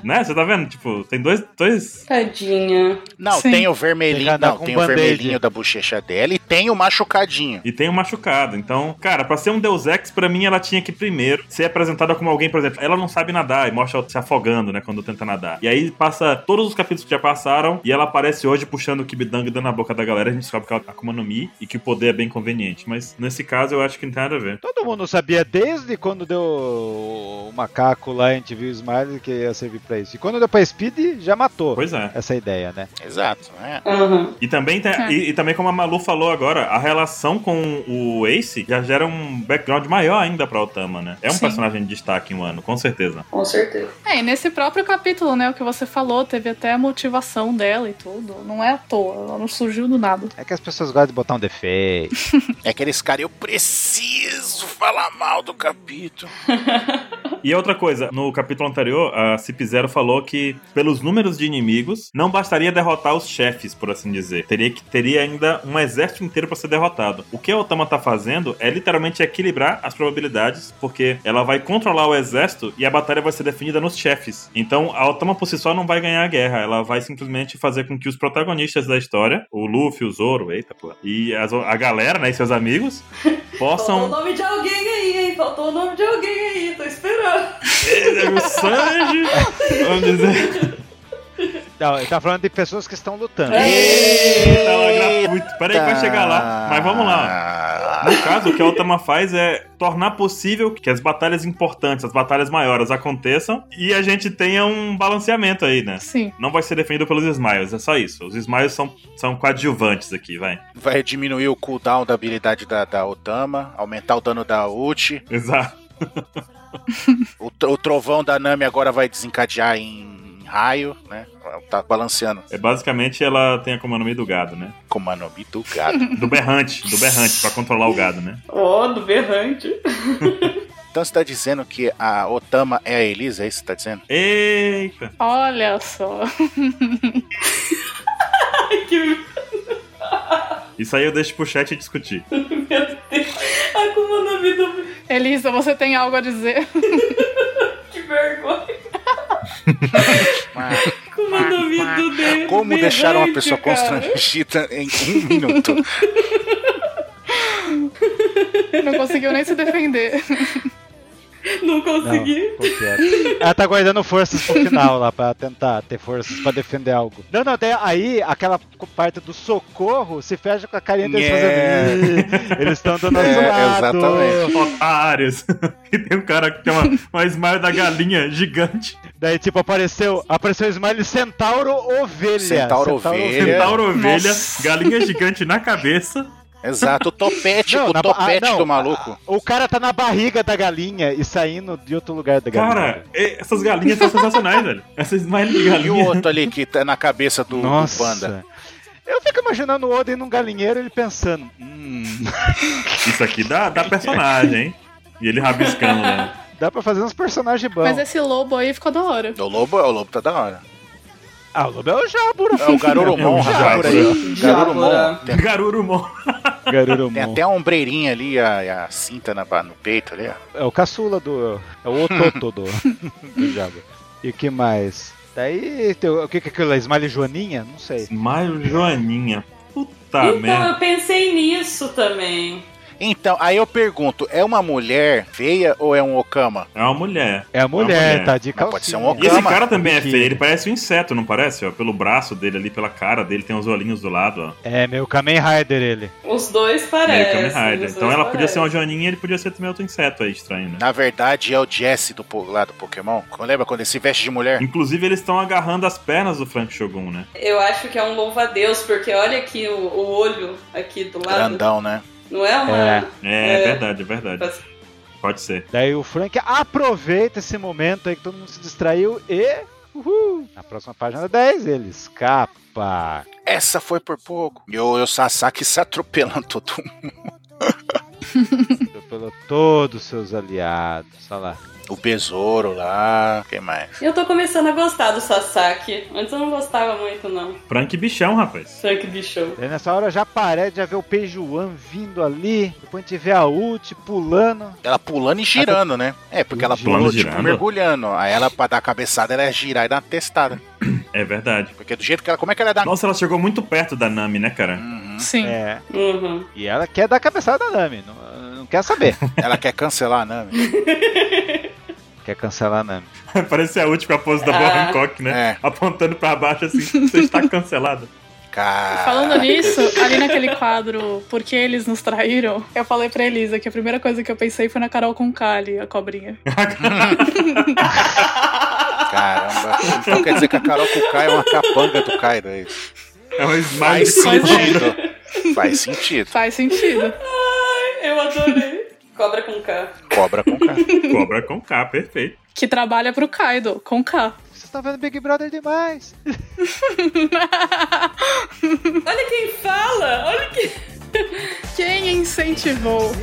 S3: Né? Você tá vendo? Tipo, tem dois. dois...
S4: Tadinha.
S2: Não,
S5: Sim.
S2: tem o
S1: Tem que
S2: vermelhinho,
S1: andar
S2: não,
S1: com
S2: tem o
S1: band-aid.
S2: vermelhinho da bochecha dela e tem o machucadinho.
S3: E tem um machucado. Então, cara, pra ser um Deus Ex, pra mim, ela tinha que primeiro ser apresentada como alguém, por exemplo, ela não sabe nadar e mostra ela se afogando, né? Quando tenta nadar. E aí passa todos os capítulos que já passaram e ela aparece hoje puxando o Kibidang e dando na boca da galera. A gente descobre que ela é Akuma no Mi e que o poder é bem conveniente. Mas nesse caso, eu acho que não tem nada a ver.
S1: Todo mundo sabia desde quando deu o macaco lá, a gente viu o Smiley que ia servir pra isso. E quando deu pra Speed, já matou
S3: Pois é.
S1: essa ideia, né?
S2: Exato, né?
S4: Uhum.
S3: E também, tem-
S5: É.
S3: e, e também, como a Malu falou agora, a relação com o Ace já gera um background maior ainda pra Otama, né? É um
S5: Sim.
S3: personagem de destaque em um ano, com certeza.
S4: Com certeza.
S5: É, e nesse próprio capítulo, né, o que você falou, teve até a motivação dela e tudo. Não é à toa, ela não surgiu do nada.
S1: É que as pessoas gostam de botar um defeito.
S2: É aqueles caras, eu preciso falar mal do capítulo.
S3: E outra coisa, no capítulo anterior, a Cip Zero falou que, pelos números de inimigos, não bastaria derrotar os chefes, por assim dizer. Teria que teria ainda um exército inteiro pra ser derrotado. O que a Otama tá fazendo é literalmente equilibrar as probabilidades, porque ela vai controlar o exército e a batalha vai ser definida nos chefes. Então, a Otama por si só não vai ganhar a guerra, ela vai simplesmente fazer com que os protagonistas da história, o Luffy, o Zoro, eita porra, e as- a galera, né, e seus amigos,
S4: Faltou o
S3: possam
S4: nome de alguém aí, hein? Faltou o nome de alguém aí, tô esperando.
S3: É, o Sanji, vamos dizer...
S1: Não, ele tá falando de pessoas que estão lutando.
S3: É, Eita, ela gratuito. Peraí
S2: Tá.
S3: que vai chegar lá. Mas vamos lá.
S2: lá.
S3: No caso, o que a Otama faz é tornar possível que as batalhas importantes, as batalhas maiores aconteçam e a gente tenha um balanceamento aí, né?
S5: Sim.
S3: Não vai ser defendido pelos Smiles, é só isso. Os Smiles são, são coadjuvantes aqui, vai.
S2: Vai diminuir o cooldown da habilidade da, da Otama, aumentar o dano da ult.
S3: Exato.
S2: O, tro- o trovão da Nami agora vai desencadear em raio, né? Tá balanceando.
S3: É basicamente ela tem a comandante do gado, né?
S2: Com o nome do gato.
S3: Do berrante, do berrante, pra controlar o gado, né?
S4: Ó, do berrante.
S2: Então você tá dizendo que a Otama é a Elisa, é isso que você tá dizendo?
S3: Eita!
S5: Olha só.
S4: Ai, que
S3: Isso aí eu deixo pro chat discutir.
S4: meu Deus. Ai, como o nome do.
S5: Elisa, você tem algo a dizer?
S4: Que vergonha.
S3: Ah.
S2: Mas
S4: Como o nome é do dedo.
S2: como deixar uma
S4: berrante,
S2: pessoa
S4: cara.
S2: constrangida em um minuto?
S5: Não conseguiu nem se defender.
S4: Não
S1: Não,
S4: consegui.
S1: qualquer. Ela tá guardando forças pro final lá, pra tentar ter forças pra defender algo. Não, não, daí, aí aquela parte do socorro se fecha com a carinha deles É. fazendo. "Ih, Eles estão do nosso
S2: É,
S1: lado.
S2: exatamente.
S3: Otários! e tem um cara que tem uma, uma Smile da galinha gigante.
S1: Daí, tipo, apareceu, apareceu o Smiley Centauro Ovelha.
S2: Centauro Ovelha.
S1: é-
S3: Centauro ovelha,
S5: Nossa.
S3: galinha gigante na cabeça.
S2: Exato, o topete,
S1: Não,
S2: o
S1: na ba- ah,
S2: Tipo topete
S1: não,
S2: do maluco.
S1: O cara tá na barriga da galinha e saindo de outro lugar da galinha.
S3: Cara, e- essas galinhas são sensacionais, velho. Essa smile de
S2: E o
S3: galinha.
S2: outro ali que tá na cabeça do, do panda.
S1: Nossa. Eu fico imaginando o Oden num galinheiro ele pensando. Hum,
S3: Isso aqui dá, dá personagem, hein? E ele rabiscando, né?
S1: dá pra fazer uns personagens bons.
S5: Mas é- esse lobo aí ficou da hora.
S2: O lobo, o lobo tá da hora.
S1: Ah, o Lobo é o Jabura.
S2: É o Garurumon,
S3: É o
S2: rapaz. por aí.
S4: Jabra.
S2: Garurumon. Tem,
S3: Garurumon.
S2: tem até a ombreirinha ali, a, a cinta na, ba- no peito ali, ó.
S1: É o caçula do. É o Ototo do, do Jabba. E o que mais? Daí, tem o o que que é aquilo lá? Smiley Joaninha? Não sei.
S3: Smile Joaninha. Puta
S4: então,
S3: merda.
S4: eu pensei nisso também.
S2: Então, aí eu pergunto, é uma mulher feia ou é um Okama?
S3: É uma mulher.
S1: É a mulher,
S3: mulher.
S1: tá de calcinha.
S2: Mas pode ser um
S3: E esse
S2: Cama.
S3: cara também é
S1: Que-
S3: feio, ele parece um inseto, não parece? Ó, pelo braço dele ali, pela cara dele, tem uns olhinhos do lado, ó.
S1: É, meu Kamen Rider ele.
S4: Os dois
S3: Meio
S4: parecem.
S3: Kamen Rider.
S4: os
S3: Então
S4: dois
S3: ela podia ser uma
S4: parecem.
S3: Joaninha ele podia ser também outro inseto aí, estranho, né?
S2: Na verdade, é o Jesse do, po- lá do Pokémon. Lembra quando ele se veste de mulher?
S3: Inclusive, eles estão agarrando as pernas do Frank Shogun, né?
S4: Eu acho que é um louva-a-Deus, porque olha aqui o, o olho aqui do lado.
S2: Grandão, né?
S4: Não é uma.
S1: É.
S3: É,
S4: É.
S3: verdade, é verdade. Pode ser.
S1: Daí o Frank aproveita esse momento aí que todo mundo se distraiu e. Uhul! Na próxima página 10, ele escapa.
S2: Essa foi por pouco. E o, e o Sasaki se atropelando todo mundo.
S1: Pelo todos os seus aliados. Olha lá.
S2: O besouro lá. Quem mais?
S4: Eu tô começando a gostar do Sasaki. Antes eu não gostava muito, não.
S3: Frank Bichão, rapaz.
S4: Frank Bichão.
S1: Daí nessa hora já parece, já vê o Peijuan vindo ali. Depois a gente vê a ult pulando.
S2: Ela pulando e girando, né? É, porque ela
S3: Pulando e
S2: pulou, tipo,
S3: girando?
S2: mergulhando. Aí ela, pra dar a cabeçada, ela é ia girar e dar uma testada.
S3: É verdade.
S2: Porque do jeito que ela. Como é que ela ia dar.
S3: Nossa, ela chegou muito perto da Nami, né, cara?
S2: Uhum.
S5: Sim.
S1: É.
S4: Uhum.
S1: E ela quer dar a cabeçada na Nami. Não, não quer saber.
S2: Ela quer cancelar né? a Nami.
S1: quer cancelar a Nami.
S3: Parece a última pose da Boa
S4: Ah.
S3: Hancock, né?
S2: É.
S3: Apontando pra baixo assim, você está cancelada.
S2: Cara.
S5: Falando nisso, ali naquele quadro Por que eles nos traíram? Eu falei pra Elisa que a primeira coisa que eu pensei foi na Carol com Kali, a cobrinha.
S2: Caramba. Então quer dizer que a Carol Kukai é uma capanga do Kaido, é isso?
S3: É um smile
S2: Faz
S3: de cobra.
S2: sentido. Faz sentido.
S5: Faz sentido.
S4: Eu adorei. Cobra com K.
S2: Cobra com K.
S3: Cobra com K, perfeito.
S5: Que trabalha pro Kaido, com K.
S1: Vocês estão vendo Big Brother demais.
S4: Olha quem fala! Olha quem.
S5: Quem incentivou?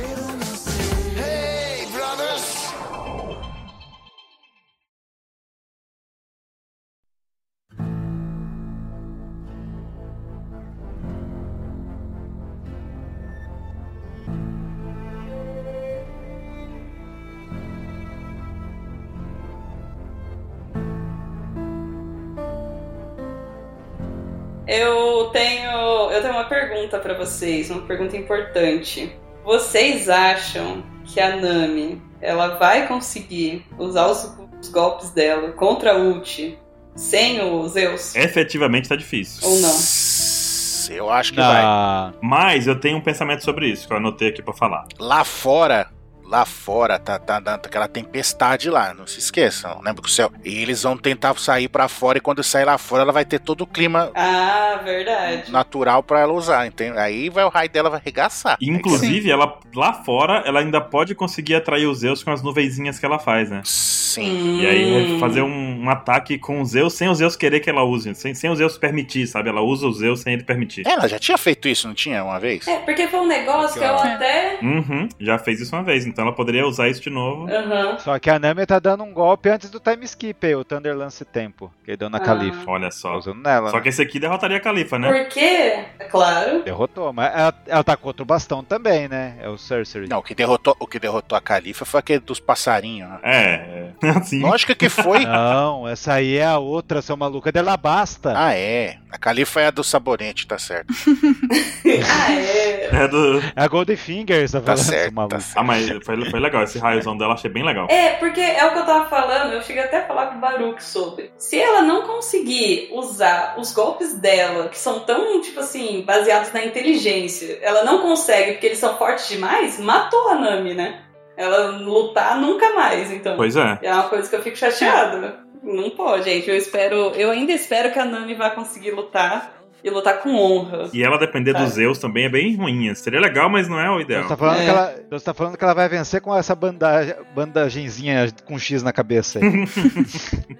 S4: Eu tenho, eu tenho uma pergunta pra vocês, uma pergunta importante. Vocês acham que a Nami, ela vai conseguir usar os, os golpes dela contra a Ult sem o Zeus?
S3: Efetivamente tá difícil.
S2: Oh.
S4: Ou não?
S2: Eu acho que vai.
S1: Não.
S3: Mas eu tenho um pensamento sobre isso que eu anotei aqui pra falar.
S2: Lá fora, lá fora, tá, tá dando aquela tempestade lá, não se esqueçam, lembra que o céu. E eles vão tentar sair pra fora e quando sair lá fora, ela vai ter todo o clima
S4: Ah, verdade.
S2: natural pra ela usar, entende? Aí vai o raio dela vai arregaçar.
S3: Inclusive, ela lá fora, ela ainda pode conseguir atrair os Zeus com as nuvenzinhas que ela faz, né?
S2: Sim.
S3: E
S4: Hum.
S3: aí é fazer um, um ataque com o Zeus sem o Zeus querer que ela use, sem, sem o Zeus permitir, sabe? Ela usa o Zeus sem ele permitir.
S2: Ela já tinha feito isso, não tinha, uma vez?
S4: É, porque foi um negócio que eu
S5: Legal.
S4: até.
S3: Uhum, já fez isso uma vez, então ela poderia usar isso de novo.
S4: Aham.
S1: Só que a Nami tá dando um golpe antes do time skip aí, o Thunder Lance Tempo, que ele deu na
S4: Ah.
S1: Califa.
S3: Olha
S1: Tá
S3: só.
S1: usando nela,
S3: Só
S1: né?
S3: que esse aqui derrotaria a Califa, né?
S4: Porque, é claro.
S1: Derrotou, mas ela, ela tá com outro bastão também, né? É o Sorcery.
S2: Não, o que derrotou, o que derrotou a Califa foi aquele dos passarinhos. né?
S3: É, é. assim.
S2: Lógico que foi.
S1: Não, essa aí é a outra, seu maluca dela basta.
S2: Ah, é. A Califa é a do sabonete, tá certo.
S4: ah, é.
S3: É do...
S1: É a Golden Fingers, tá
S2: Tá
S1: falando, seu
S2: certo,
S1: maluco.
S2: tá
S3: Ah,
S2: certo.
S3: mas foi, foi legal, esse raiozão dela achei bem legal.
S4: É, porque é o que eu tava falando, eu cheguei até a falar com o Baruch sobre. Se ela não conseguir usar os golpes dela, que são tão, tipo assim, baseados na inteligência, ela não consegue porque eles são fortes demais, matou a Nami, né? Ela lutar nunca mais, então.
S3: Pois é.
S4: É uma coisa que eu fico chateada. Não pode, gente. Eu espero. Eu ainda espero que a Nami vá conseguir lutar e lutar com honra.
S3: E ela depender
S4: Tá.
S3: dos Zeus também é bem ruim. Seria legal, mas não é o ideal.
S1: Então, você tá falando
S4: É.
S1: que ela, então você tá falando que ela vai vencer com essa bandagem, bandagenzinha com X na cabeça aí.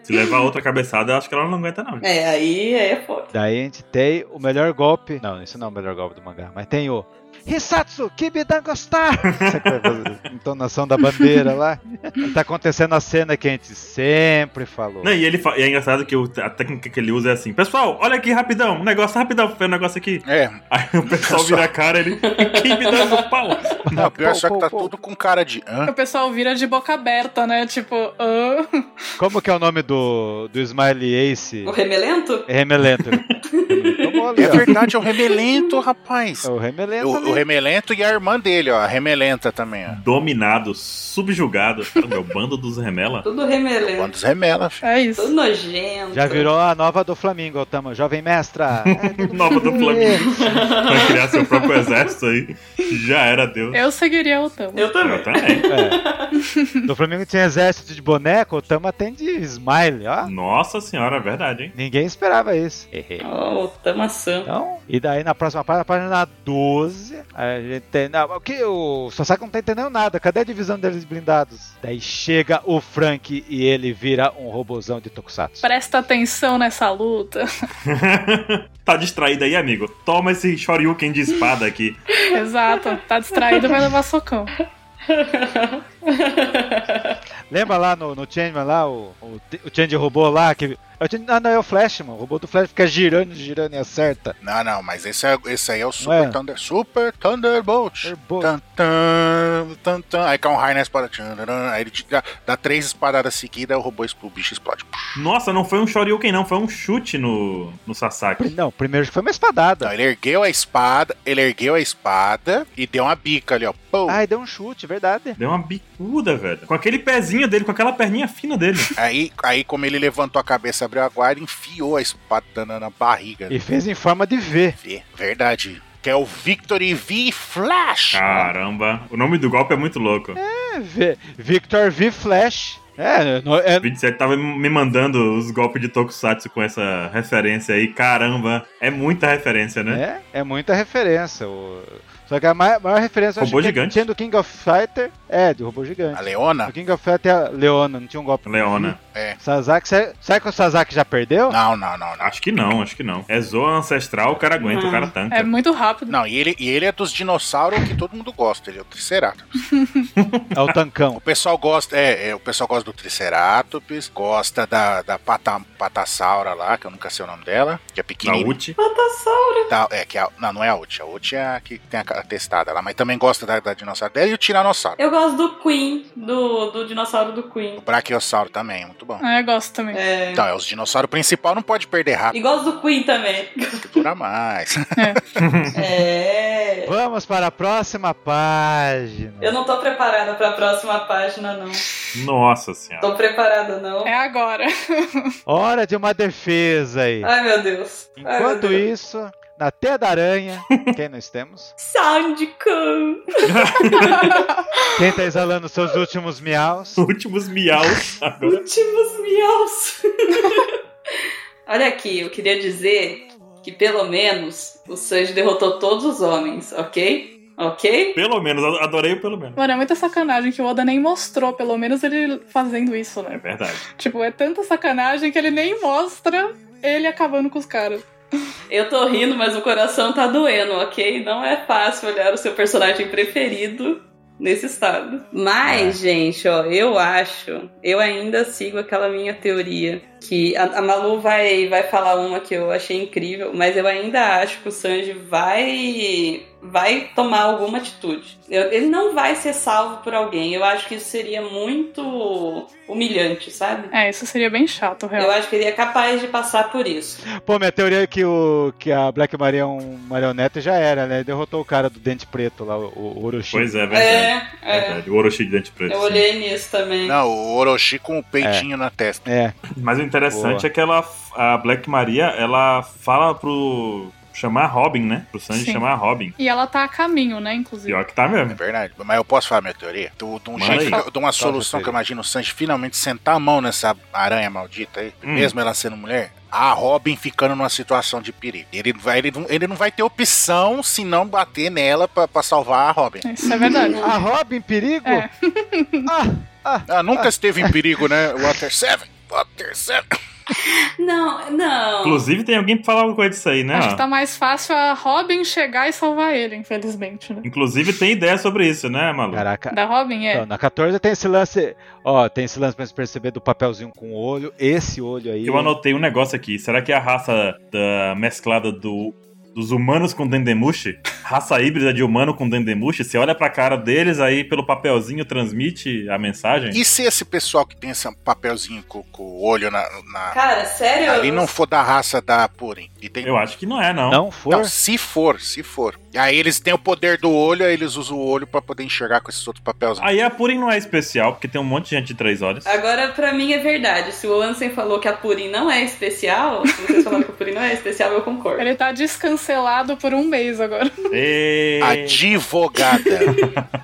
S3: Se levar outra cabeçada, eu acho que ela não aguenta, não.
S4: É, aí, aí é foda.
S1: Daí a gente tem o melhor golpe. Não, isso não é o melhor golpe do mangá, mas tem o Hisatsu Kibidango Star! Você que vai fazer a entonação da bandeira lá. Tá acontecendo a cena que a gente sempre falou.
S3: Não, e, ele fa- e é engraçado que o- a técnica que ele usa é assim: Pessoal, olha aqui rapidão, um negócio rapidão, foi um negócio aqui.
S2: É,
S3: Aí o pessoal vira a cara ele. Quem me dá no pau?
S2: não, o pior
S1: Pô,
S2: só que
S1: pô,
S2: tá
S1: pô.
S2: tudo com cara de. Hã?
S5: O pessoal vira de boca aberta, né? Tipo, ah.
S1: Como que é o nome do, do Smiley Ace?
S4: O remelento?
S1: É remelento. Então, tomou ali.
S2: É
S1: ó.
S2: verdade, é o remelento, rapaz.
S1: É o remelento
S2: O,
S1: ali.
S2: o remelento e a irmã dele, ó. A remelenta também, ó.
S3: Dominado, subjugado. Caramba, é o bando dos remela.
S4: Tudo remelento.
S2: Quantos remela, filho.
S5: É
S4: Tudo
S5: isso.
S4: nojento.
S1: Já virou a nova do Flamengo, Otama. Jovem mestra.
S3: Nova do
S1: É.
S3: Flamengo. Vai criar seu próprio exército aí. Já era, deu.
S5: Eu seguiria o Tamo.
S4: Eu também.
S3: Eu também.
S1: É. Do Flamengo tinha exército de boneco, Otama tem de smile, ó.
S3: Nossa senhora, é verdade, hein?
S1: Ninguém esperava isso.
S4: Ó, o Tamaçã.
S1: Então, e daí na próxima página, página 12, a gente tem. Não, o que o Sasaki não tá entendendo nada. Cadê a divisão deles blindados? Daí chega o Frank e ele vira um robozão de Tokusatsu.
S5: Presta atenção nessa luta.
S3: tá distraído aí, amigo. Toma esse Shoryuken de espada aqui.
S5: Exato. Tá distraído, vai levar socão.
S1: Lembra lá no, no Changeman lá, o, o, o Change robô lá que. é o Change- Ah, não, é o Flash, mano. O robô do Flash fica girando, girando e acerta.
S2: Não, não, mas esse, é, esse aí é o
S1: Não
S2: Super,
S1: é?
S2: Thunder, Super Thunderbolt.
S1: Thunderbolt.
S2: Tan, tan, tan, tan. Aí cai um raio na espada. Tchan, tchan, tchan. Aí ele te dá, dá três espadadas seguidas, o robô explode, o bicho explode.
S3: Nossa, não foi um Shoryuken, não. Foi um chute no, no Sasaki.
S1: Não, primeiro que foi uma espadada.
S2: Então, ele ergueu a espada, ele ergueu a espada e deu uma bica ali, ó. Pô.
S1: Ai, deu um chute, verdade.
S3: Deu uma bicuda, velho. Com aquele pezinho dele, com aquela perninha fina dele.
S2: Aí, aí, como ele levantou a cabeça, abriu a guarda, enfiou a espada na, na barriga.
S1: E fez em forma de V.
S2: Vê, Verdade. Que é o Victory V Flash.
S3: Caramba. O nome do golpe é muito louco.
S1: É, v. Victor V Flash. É, no- é-
S3: O 27 tava me mandando os golpes de Tokusatsu com essa referência aí. Caramba, é muita referência, né?
S1: É, é muita referência. o- Só que a mai- maior, referência eu acho
S3: Robô
S1: que é
S3: gigante.
S1: que tinha do King of Fighter. É, de robô gigante.
S2: A
S1: Do
S2: Leona?
S1: King of Fighter é a Leona, não tinha um golpe.
S3: Leona.
S1: Sasaki, será, será que o Sasaki já perdeu?
S2: Não, não, não, não.
S3: Acho que não, acho que não. É Zoa Ancestral, o cara aguenta, o cara tanca.
S5: É muito rápido.
S2: Não, e ele, e ele é dos dinossauros que todo mundo gosta, ele é o Triceratops.
S1: É o
S2: O
S1: Tancão.
S2: pessoal gosta, é, é, o pessoal gosta do Triceratops, gosta da, da pata, Patassaura lá, que eu nunca sei o nome dela, que é
S3: Da
S2: pequenininha.
S3: Uchi.
S4: Fantassauro.
S2: Tá, é, que a- não, não é a Uchi, a Uchi é a que tem a cara testada lá, mas também gosta da, da dinossauro dela e o Tiranossauro.
S4: Eu gosto do Queen, do, do dinossauro do
S2: O
S4: Queen.
S2: Brachiosauro também, muito bom.
S5: É, gosto também.
S4: É.
S2: Então, é os dinossauros principal, não pode perder rápido,
S4: E gosto do Queen também.
S2: dura mais.
S4: É.
S1: Vamos para a próxima página.
S4: Eu não tô preparada pra próxima página, não.
S3: Nossa senhora.
S4: Tô preparada, não.
S5: É agora.
S1: Hora de uma defesa aí.
S4: Ai, meu Deus. Ai, meu
S1: Enquanto
S4: Deus.
S1: isso, na Teia da Aranha, quem nós temos?
S4: Sandico.
S1: Quem tá exalando seus últimos miaus?
S3: Últimos miaus agora.
S4: Últimos miaus. Olha aqui, eu queria dizer que pelo menos o Sanji derrotou todos os homens, ok? Ok?
S3: Pelo menos, a- adorei o pelo menos.
S5: Mano, é muita sacanagem que o Oda nem mostrou, pelo menos ele fazendo isso,
S3: É
S5: né?
S3: verdade.
S5: Tipo, é tanta sacanagem que ele nem mostra ele acabando com os caras.
S4: Eu tô rindo, mas o coração tá doendo, ok? Não é fácil olhar o seu personagem preferido nesse estado. Mas, gente, ó, eu acho, eu ainda sigo aquela minha teoria que a, a Malu vai vai falar uma que eu achei incrível, mas eu ainda acho que o Sanji vai vai tomar alguma atitude. Eu- ele não vai ser salvo por alguém. Eu acho que isso seria muito humilhante, sabe?
S5: É, isso seria bem chato, real.
S4: Eu acho que ele é capaz de passar por isso.
S1: Pô, minha teoria é que, o, que a Black Maria é um marioneta e já era, né? Derrotou o cara do dente preto lá, o, o Orochi.
S3: Pois é, verdade.
S4: É,
S3: É,
S4: é.
S3: verdade. O Orochi de dente preto.
S4: Eu
S3: sim.
S4: olhei nisso também.
S2: Não, o Orochi com o peitinho na testa.
S1: É.
S3: Mas o interessante
S1: Boa.
S3: é que ela, a Black Maria, ela fala pro chamar Robin, né? Pro Sanji
S5: Sim.
S3: chamar Robin.
S5: E ela tá a caminho, né, inclusive.
S3: Pior que tá
S2: É
S3: mesmo.
S2: verdade, mas eu posso falar minha teoria? Do- De, um
S3: Manda
S2: jeito,
S3: aí.
S2: que- de uma solução que eu imagino o Sanji finalmente sentar a mão nessa aranha maldita aí,
S3: Hum.
S2: mesmo ela sendo mulher, a Robin ficando numa situação de perigo. Ele, vai, ele, não- ele não vai ter opção se não bater nela pra, pra salvar a Robin.
S5: Isso é verdade.
S1: A Robin em perigo?
S5: É.
S1: Ah,
S2: Ela nunca esteve em perigo, né? Water 7, Water 7.
S4: Não, não.
S3: Inclusive, tem alguém pra falar alguma coisa disso aí, né?
S5: Acho que
S3: ó?
S5: tá mais fácil a Robin chegar e salvar ele, infelizmente, né?
S3: Inclusive, tem ideia sobre isso, né, Malu?
S1: caraca.
S5: Da Robin, é.
S1: Então, na 14 tem esse lance. Ó, tem esse lance pra você perceber do papelzinho com o olho. Esse olho aí.
S3: é Eu anotei um negócio aqui. Será que a raça da mesclada do dos humanos com Dendemushi, raça híbrida de humano com Dendemushi, você olha pra cara deles, aí pelo papelzinho transmite a mensagem.
S2: E se esse pessoal que tem esse papelzinho com, com o olho na, na
S4: Cara, sério?
S2: ali não for da raça da Purim? E tem
S3: Eu acho que não é, não.
S1: Não for?
S2: Não, se for, se for. E Aí eles têm o poder do olho, aí eles usam o olho pra poder enxergar com esses outros papelzinhos.
S3: Aí a Purim não é especial, porque tem um monte de gente de três olhos.
S4: Agora, pra mim é verdade. Se o Ansem falou que a Purim não é especial, se vocês falaram que a Purim não é especial, eu concordo.
S5: Ele tá descancelado por um mês agora.
S3: E...
S2: Advogada.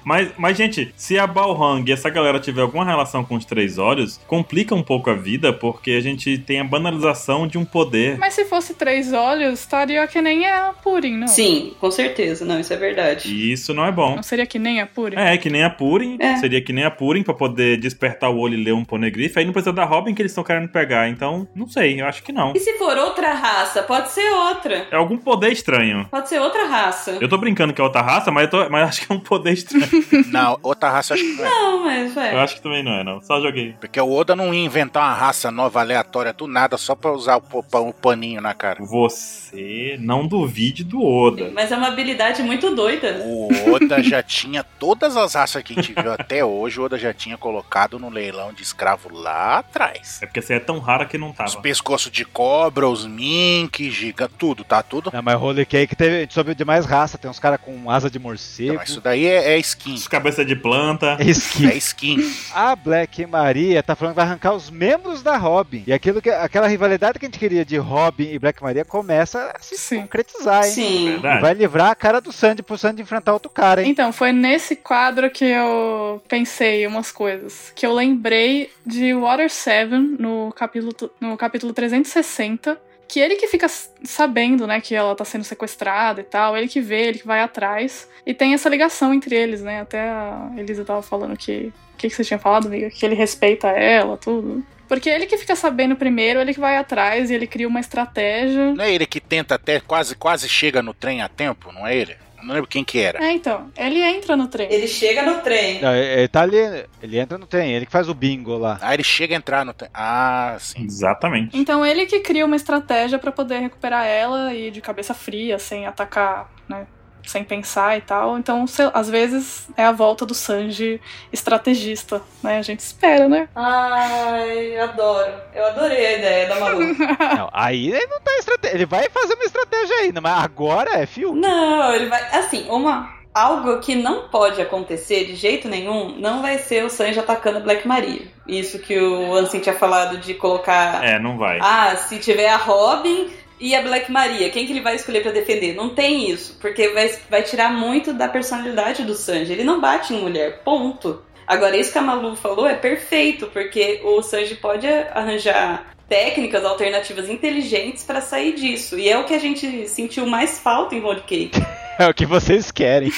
S3: Mas, mas, gente, se a Balrang e essa galera tiver alguma relação com os três olhos, complica um pouco a vida, porque a gente tem a banalização de um poder.
S5: Mas se fosse três olhos, estaria que nem a Purim, não?
S4: Sim, com certeza. Não, isso é verdade.
S3: E isso não é bom.
S5: Não seria que nem a Purim?
S3: É, que nem a Purim.
S4: É.
S3: Seria que nem a Purim pra poder despertar o olho e ler um ponegrife. Aí não precisa da Robin que eles estão querendo pegar. Então, não sei, eu acho que não.
S4: E se for outra raça? Pode ser outra.
S3: É algum poder estranho.
S4: Pode ser outra raça.
S3: Eu tô brincando que é outra raça, mas, eu tô- mas acho que é um poder estranho.
S2: não, outra raça acho que não é.
S4: Não, mas,
S3: Eu
S4: velho.
S3: acho que também não é, não. Só joguei.
S2: Porque o Oda não ia inventar uma raça nova aleatória do nada só pra usar o, po- pa- o paninho na cara.
S3: Você não duvide do Oda.
S4: Mas é uma habilidade muito doida.
S2: O Oda já tinha todas as raças que a gente viu até hoje, o Oda já tinha colocado no leilão de escravo lá atrás.
S3: É porque você é tão rara que não
S2: Os
S3: tava.
S2: pescoços de cobra, os mink, giga, tudo, tá tudo.
S1: Não, mas Holy Cake teve, a gente soube de mais raça. Tem uns caras com asa de morcego.
S2: Mas isso daí é, é skin.
S3: Os cabeça de planta.
S1: Skin.
S2: É skin.
S1: A Black Maria tá falando que vai arrancar os membros da Robin. E aquilo que, aquela rivalidade que a gente queria de Robin e Black Maria começa a se
S5: Sim.
S1: concretizar, hein?
S4: Sim.
S1: E
S3: é Verdade.
S1: vai livrar a cara do Sandy pro Sandy enfrentar outro cara, hein?
S5: Então, foi nesse quadro que eu pensei umas coisas. Que eu lembrei de Water 7 no capítulo, no capítulo 360. Que ele que fica s- sabendo, né, que ela tá sendo sequestrada e tal, ele que vê, ele que vai atrás. E tem essa ligação entre eles, né? Até a Elisa tava falando que. O que, que você tinha falado, amiga? Que ele respeita ela, tudo. Porque ele que fica sabendo primeiro, ele que vai atrás e ele cria uma estratégia.
S2: Não é ele que tenta até, quase, quase chega no trem a tempo, não é ele? Não lembro quem que era.
S5: É, então, ele entra no trem.
S4: Ele chega no trem.
S1: Não, ele ele tá ali, ele entra no trem, ele que faz o bingo lá.
S2: Aí ele chega a entrar no trem. Ah, sim.
S3: Exatamente.
S5: Então ele que cria uma estratégia pra poder recuperar ela e de cabeça fria, sem atacar, né? Sem pensar e tal. Então, sei- às vezes é a volta do Sanji estrategista, né? A gente espera, né?
S4: Ai, adoro. Eu adorei a ideia da Malu.
S1: Não, aí ele não tá estratégia. Ele vai fazer uma estratégia ainda, mas agora é fio.
S4: Não, ele vai. Assim, uma. Algo que não pode acontecer de jeito nenhum não vai ser o Sanji atacando a Black Maria. Isso que o Ansem tinha falado de colocar.
S3: É, não vai.
S4: Ah, se tiver a Robin e a Black Maria, quem que ele vai escolher pra defender? Não tem isso, porque vai, vai tirar muito da personalidade do Sanji. Ele não bate em mulher, ponto. Agora, isso que a Malu falou é perfeito, porque o Sanji pode arranjar técnicas alternativas inteligentes pra sair disso. E é o que a gente sentiu mais falta em Road Cake.
S1: É o que vocês querem.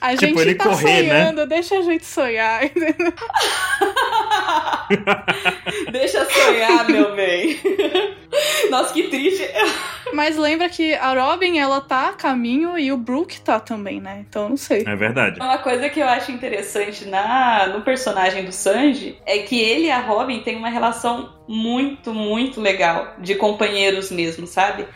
S5: A
S3: Tipo,
S5: gente
S3: ele
S5: tá
S3: correr, né?
S5: sonhando, deixa a gente sonhar.
S4: Deixa sonhar, meu bem. Nossa, que triste.
S5: Mas lembra que a Robin, ela tá a caminho e o Brook tá também, né? Então, não sei.
S3: É verdade.
S4: Uma coisa que eu acho interessante na no personagem do Sanji é que ele e a Robin têm uma relação muito, muito legal de companheiros mesmo, sabe?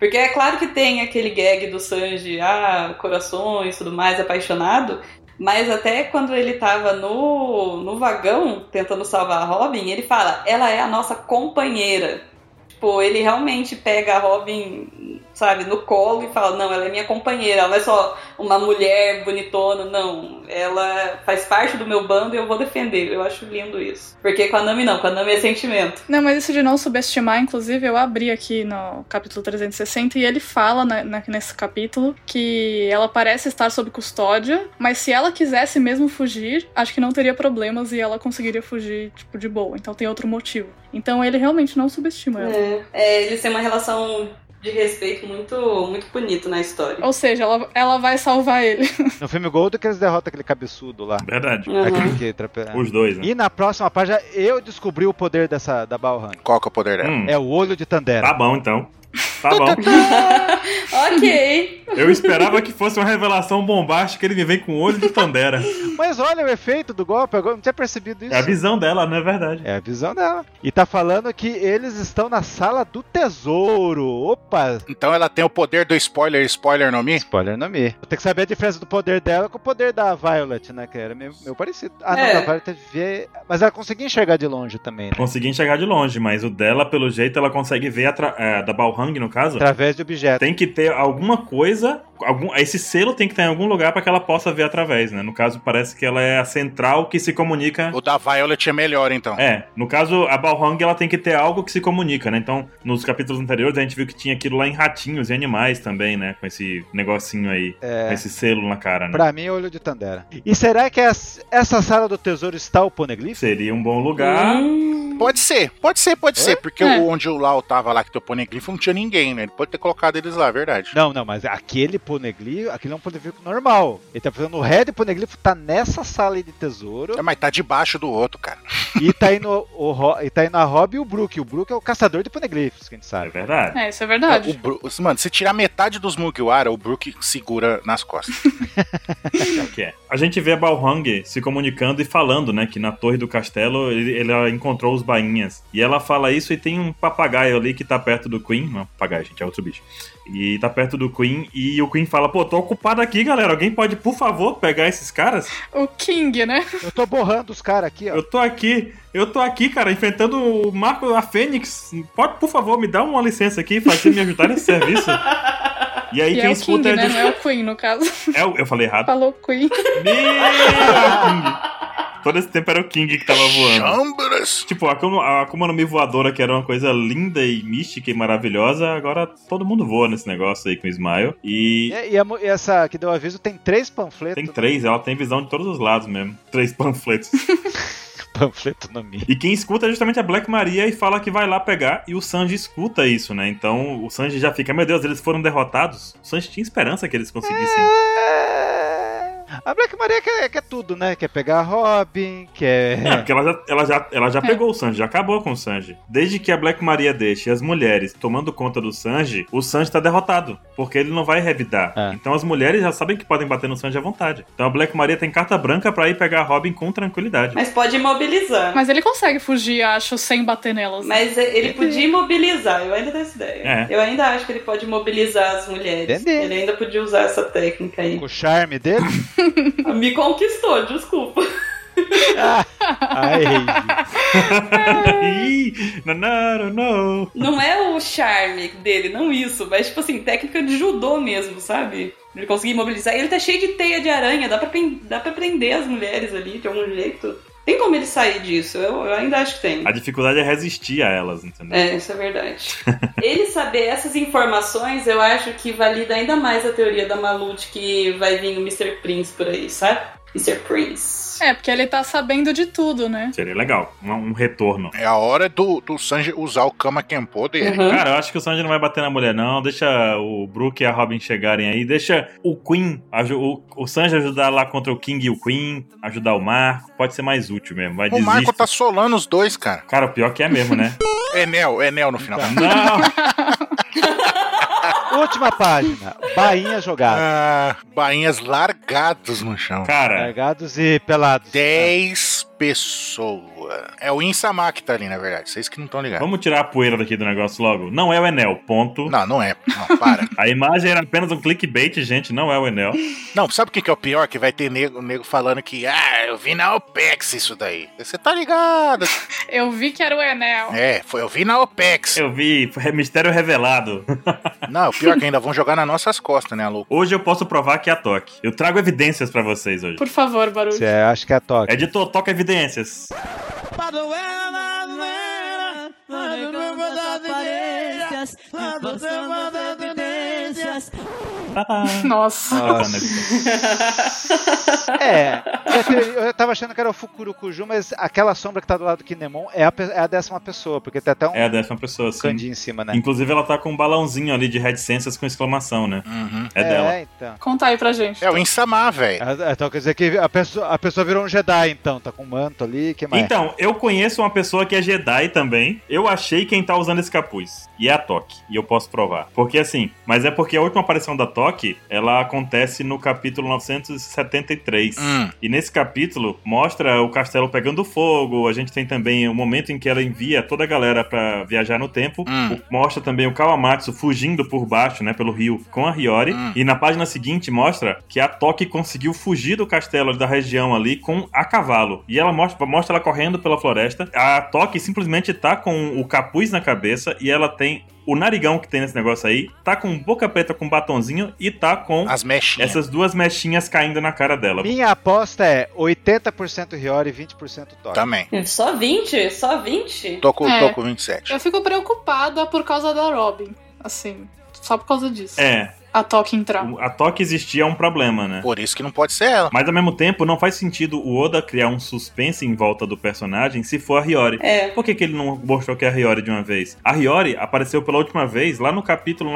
S4: Porque é claro que tem aquele gag do Sanji, ah, corações, tudo mais, apaixonado, mas até quando ele tava no, no vagão tentando salvar a Robin, ele fala, ela é a nossa companheira. Tipo, ele realmente pega a Robin, sabe, no colo e fala, não, ela é minha companheira, ela é só uma mulher bonitona, não. Ela faz parte do meu bando e eu vou defender. Eu acho lindo isso. Porque com a Nami não, com a Nami é sentimento.
S5: Não, mas isso de não subestimar, inclusive, eu abri aqui no capítulo 360 e ele fala né, na- na- nesse capítulo que ela parece estar sob custódia, mas se ela quisesse mesmo fugir, acho que não teria problemas e ela conseguiria fugir, tipo, de boa. Então tem outro motivo. Então ele realmente não subestima ela.
S4: É. É, eles têm uma relação de respeito muito, muito bonito na
S3: É.
S4: história.
S5: Ou seja, ela, ela vai salvar ele.
S1: No filme Gold que eles derrotam aquele cabeçudo lá.
S3: É Verdade.
S4: Uhum.
S1: Aquele que trape...
S3: Os dois, né?
S1: E na próxima página eu descobri o poder dessa da Balhan.
S2: Qual que é o poder dela?
S3: Hum,
S1: É o olho de Tandera.
S3: tá bom, então. Tá bom.
S4: ok.
S3: Eu esperava que fosse uma revelação bombástica, ele me vem com o olho de Tandera.
S1: Mas olha o efeito do golpe, agora eu não tinha percebido isso.
S3: É a visão dela, não é verdade.
S1: É a visão dela. E tá falando que eles estão na sala do tesouro. Opa!
S2: Então ela tem o poder do spoiler, spoiler no Mi?
S1: Spoiler no Mi. Tem que saber a diferença do poder dela com o poder da Violet, né? Que era meio, meio parecido. Ah, não,
S4: É.
S1: da Violet vê. Mas ela conseguia enxergar de longe também, né?
S3: Consegui enxergar de longe, mas o dela, pelo jeito, ela consegue ver atra- é, da Balhang, no caso.
S1: Através de objetos.
S3: Tem que ter alguma coisa, algum, esse selo tem que estar em algum lugar pra que ela possa ver através, né? No caso, parece que ela é a central que se comunica
S2: O da Violet é melhor, então.
S3: É, no caso, a Balrog ela tem que ter algo que se comunica, né? Então, nos capítulos anteriores, a gente viu que tinha aquilo lá em ratinhos e animais também, né? Com esse negocinho aí, com
S1: É.
S3: esse selo na cara, né?
S1: Pra mim, é olho de Tandera. E será que essa essa sala do tesouro está o Poneglyph?
S3: Seria um bom lugar.
S4: Hum.
S2: Pode ser, pode ser, pode
S1: É?
S2: ser. Porque
S5: É.
S2: o- onde o Lau tava lá, que teu poneglyph, não tinha ninguém, né? Ele pode ter colocado eles lá, é verdade.
S1: Não, não, mas aquele Poneglyph, aquele é um Poneglyph normal. Ele tá fazendo o Red Poneglyph, tá nessa sala aí de tesouro.
S2: É, mas tá debaixo do outro, cara.
S1: E tá indo o, Ro- e tá indo a Rob e o Brook. O Brook é o caçador de poneglyphs, que a gente
S3: É
S1: sabe.
S3: verdade.
S5: É, isso é
S2: O
S5: verdade.
S2: Bru- Mano, se tirar metade dos Mugiwara, o Brook segura nas costas.
S3: É o que é. A gente vê a Balrog se comunicando e falando, né? Que na torre do castelo ele, ele- ela encontrou os bainhas. E ela fala isso e tem um papagaio ali que tá perto do Queen. Não, papagaio, gente, é outro bicho. E tá perto do Queen. E o Queen fala: pô, tô ocupado aqui, galera. Alguém pode, por favor, pegar esses caras?
S5: O King, né?
S1: Eu tô borrando os caras aqui, ó.
S3: Eu tô aqui, eu tô aqui, cara, enfrentando o Marco, a Fênix. Pode, por favor, me dá uma licença aqui, fazer me ajudar nesse serviço. E aí
S5: E
S3: quem
S5: é o King,
S3: escuta é,
S5: né?
S3: de-
S5: Não é o Queen, no caso.
S3: é o- Eu falei errado.
S5: Falou Queen.
S3: Ih, era o King. Todo esse tempo era o King que tava voando.
S2: Chambras!
S3: Tipo, a Akuma- a Akuma no Mi voadora, que era uma coisa linda e mística e maravilhosa, agora todo mundo voa nesse negócio aí com o Smile.
S1: E,
S3: E
S1: e a mu- e essa que deu aviso tem três panfletos.
S3: tem três, ela tem visão de todos os lados mesmo. Três panfletos.
S1: Panfleto no Mi.
S3: E quem escuta é justamente a Black Maria e fala que vai lá pegar, e o Sanji escuta isso, né? Então o Sanji já fica, meu Deus, eles foram derrotados. O Sanji tinha esperança que eles conseguissem.
S1: É... A Black Maria quer, quer tudo, né? Quer pegar a Robin, quer.
S3: É, porque ela já, ela já, ela já
S5: É.
S3: pegou o Sanji, já acabou com o Sanji. Desde que a Black Maria deixe as mulheres tomando conta do Sanji, o Sanji tá derrotado, porque ele não vai revidar.
S1: É.
S3: Então as mulheres já sabem que podem bater no Sanji à vontade. Então a Black Maria tem carta branca pra ir pegar a Robin com tranquilidade.
S4: Mas pode imobilizar.
S5: Mas ele consegue fugir, acho, sem bater nelas. né?
S4: Mas ele podia imobilizar, eu ainda tenho essa ideia.
S3: É.
S4: Eu ainda acho que ele pode imobilizar as mulheres.
S1: Entendi.
S4: Ele ainda podia usar essa técnica aí.
S1: Com o charme dele.
S4: Me conquistou, desculpa.
S1: Ah, ai,
S3: Ih, não, não, não.
S4: Não é o charme dele, não isso, mas tipo assim, técnica de judô mesmo, sabe? Ele conseguir imobilizar. Ele tá cheio de teia de aranha, dá pra, pen- dá pra prender as mulheres ali de algum jeito. Tem como ele sair disso, eu, eu ainda acho que tem.
S3: A dificuldade é resistir a elas, entendeu?
S4: É, isso é verdade. ele saber essas informações, eu acho que valida ainda mais a teoria da Malu de que vai vir o Mr. Prince por aí, sabe? Mr. Prince.
S5: É, porque ele tá sabendo de tudo, né?
S3: Seria legal, um- um retorno.
S2: É a hora do, do Sanji usar o Kama Kenpo dele.
S4: Uhum.
S3: Cara, eu acho que o Sanji não vai bater na mulher, não. Deixa o Brook e a Robin chegarem aí. Deixa o Queen, aju- o, o Sanji ajudar lá contra o King e o Queen. Ajudar o Marco. Pode ser mais útil mesmo. Vai
S2: O
S3: desistir.
S2: Marco tá solando os dois, cara.
S3: Cara, o pior que é mesmo, né?
S2: Enel, Enel no final.
S3: não!
S1: ai. Última página. Bainha jogada.
S2: Ah, bainhas largados no chão.
S1: É,
S3: Cara,
S1: Largados e pelados.
S2: 10 pessoas. É o Insama que tá ali, na verdade. Vocês que não estão ligados.
S3: vamos tirar a poeira daqui do negócio logo. Não é o Enel, ponto.
S2: Não, não é. Não, para.
S3: A imagem era apenas um clickbait, gente. Não é o Enel.
S2: não, sabe o que, que é o pior? Que vai ter nego, nego falando que, ah, eu vi na OPEX isso daí. Você tá ligado?
S5: Eu vi que era o Enel.
S2: É, foi, eu vi na OPEX.
S3: Eu vi foi mistério revelado.
S2: Não, o pior é que ainda vão jogar nas nossas costas, né, louco?
S3: Hoje eu posso provar que é a Toque. Eu trago evidências pra vocês hoje.
S5: Por favor, barulho.
S1: Você acha que é a toca.
S3: Editor, toca evidências.
S6: Quando eu das aparências, postando as evidências.
S5: Nossa.
S2: Ah,
S1: É, eu te- eu tava achando que era o Fukurukuju, mas aquela sombra que tá do lado do Kinemon é a, pe- é a décima pessoa, porque tem até um
S3: É a décima pessoa, sim.
S1: kanji em cima, né?
S3: Inclusive, ela tá com um balãozinho ali de Red Senses com exclamação, né?
S2: Uhum.
S3: É, dela.
S1: então.
S5: Conta aí pra gente.
S2: É o Insamar, velho.
S1: Ah, Então quer dizer que a pessoa, a pessoa virou um Jedi, então. Tá com um manto ali, que mais?
S3: Então, eu conheço uma pessoa que é Jedi também. Eu achei quem tá usando esse capuz. E é a Toque. E eu posso provar. Porque assim, mas é porque a última aparição da Toque, ela acontece no capítulo 973.
S2: Hum.
S3: E nesse capítulo mostra o castelo pegando fogo. A gente tem também o momento em que ela envia toda a galera pra viajar no tempo.
S2: Hum.
S3: O- Mostra também o Kawamatsu fugindo por baixo, né, pelo rio com a Hiyori.
S2: Hum.
S3: E na página seguinte mostra que a Toki conseguiu fugir do castelo da região ali com a cavalo. E ela mostra, mostra ela correndo pela floresta. A Toki simplesmente tá com o capuz na cabeça e ela tem o narigão que tem nesse negócio aí, tá com boca preta com batonzinho e tá com
S2: As mechinhas.
S3: essas duas mechinhas caindo na cara dela.
S1: Minha aposta é 80% Hiyori e 20% Tora.
S3: Tá
S2: Também.
S4: É, Só 20? Só 20?
S2: Tô com,
S5: É.
S2: tô com 27.
S5: Eu fico preocupada por causa da Robin. Assim, só por causa disso.
S3: É,
S5: A Toque entrar.
S3: O- A Toque existia é um problema, né?
S2: Por isso que não pode ser ela.
S3: Mas ao mesmo tempo, não faz sentido o Oda criar um suspense em volta do personagem se for a Hiyori.
S4: É.
S3: Por que, que ele não mostrou que é a Hiyori de uma vez? A Hiyori apareceu pela última vez lá no capítulo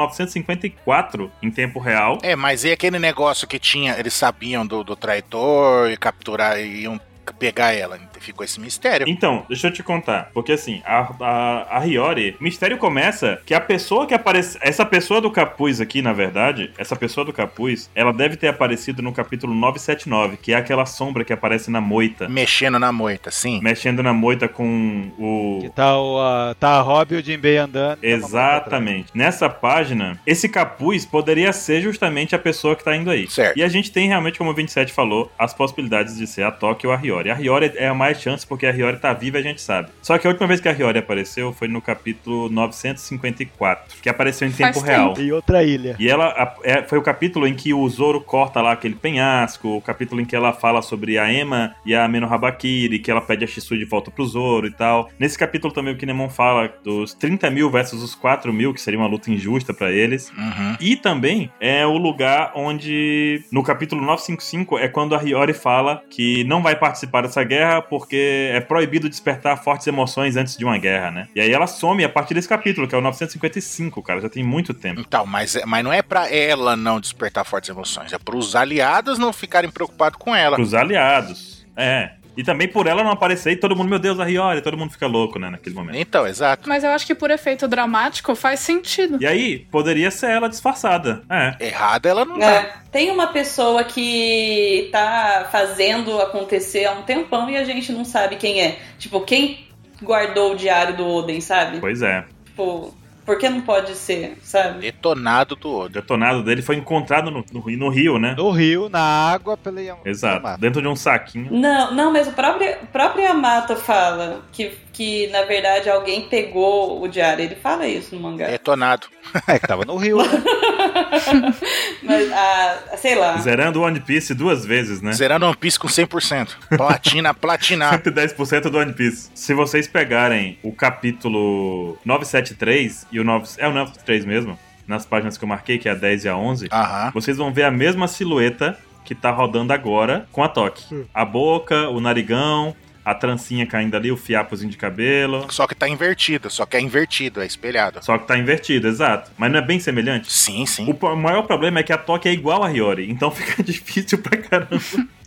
S3: 954, em tempo real.
S2: É, mas e aquele negócio que tinha, eles sabiam do, do traidor e capturar e iam pegar ela. Ficou esse mistério.
S3: Então, deixa eu te contar. Porque assim, a, a, a Hiyori, o mistério começa que a pessoa que aparece. Essa pessoa do capuz aqui, na verdade, essa pessoa do capuz, ela deve ter aparecido no capítulo 979, que é aquela sombra que aparece na moita.
S2: Mexendo na moita, sim.
S3: mexendo na moita com o.
S1: Que tá, o, ah, tá a Rob e o Jinbei andando. tá
S3: Exatamente. Nessa página, esse capuz poderia ser justamente a pessoa que tá indo aí.
S2: Certo.
S3: E a gente tem realmente, como o 27 falou, as possibilidades de ser a Toque ou a Hiyori. A Hiyori é a mais chance porque a Hiyori tá viva e a gente sabe. Só que a última vez que a Hiyori apareceu foi no capítulo 954, que apareceu em
S5: Faz
S3: tempo real.
S1: Em outra ilha.
S3: E ela a- é- foi o capítulo em que o Zoro corta lá aquele penhasco, o capítulo em que ela fala sobre a Emma e a Mino Habakiri, que ela pede a Shisui de volta pro Zoro e tal. Nesse capítulo também o Kinemon fala dos 30 mil versus os 4 mil, que seria uma luta injusta pra eles.
S2: Uhum.
S3: E também é o lugar onde, no capítulo 955, é quando a Hiyori fala que não vai participar dessa guerra porque é proibido despertar fortes emoções antes de uma guerra, né? E aí ela some a partir desse capítulo, que é o 955, cara, já tem muito tempo.
S2: Então, mas, mas não é pra ela não despertar fortes emoções, é pros aliados não ficarem preocupados com ela.
S3: Pros aliados. É. E também por ela não aparecer e todo mundo, meu Deus, a Hiyori, todo mundo fica louco, né, naquele momento.
S2: Então, exato.
S5: Mas eu acho que por efeito dramático faz sentido.
S3: E aí, poderia ser ela disfarçada. É.
S2: Errada ela não tá.
S4: É, tem uma pessoa que tá fazendo acontecer há um tempão e a gente não sabe quem é. Tipo, quem guardou o diário do Oden, sabe?
S3: Pois é.
S4: Tipo, por que não pode ser, sabe?
S2: Detonado do
S3: O
S2: outro.
S3: detonado dele foi encontrado no, no, no rio, né?
S1: No rio, na água, pela Yam-
S3: Exato.
S1: Yamato.
S3: Dentro de um saquinho.
S4: Não, não, mas o próprio, o próprio Yamato fala que, que, na verdade, alguém pegou o diário. Ele fala isso no mangá.
S2: Detonado.
S1: É que tava no rio, né?
S4: Mas, ah, sei lá.
S3: Zerando o One Piece duas vezes, né?
S2: Zerando One Piece com 100%. Platina, platinar.
S3: 110% do One Piece. Se vocês pegarem o capítulo 973 e o 9... É o 973 mesmo? Nas páginas que eu marquei, que é a 10 e a 11.
S2: Aham.
S3: Vocês vão ver a mesma silhueta que tá rodando agora com a Toque. A boca, o narigão, a trancinha caindo ali, o fiapozinho de cabelo.
S2: Só que tá invertido, só que é invertido, é espelhado.
S3: Só que tá invertido, exato. Mas não é bem semelhante?
S2: Sim, sim.
S3: O po- maior problema é que a Toque é igual a Hiyori, então fica difícil pra caramba.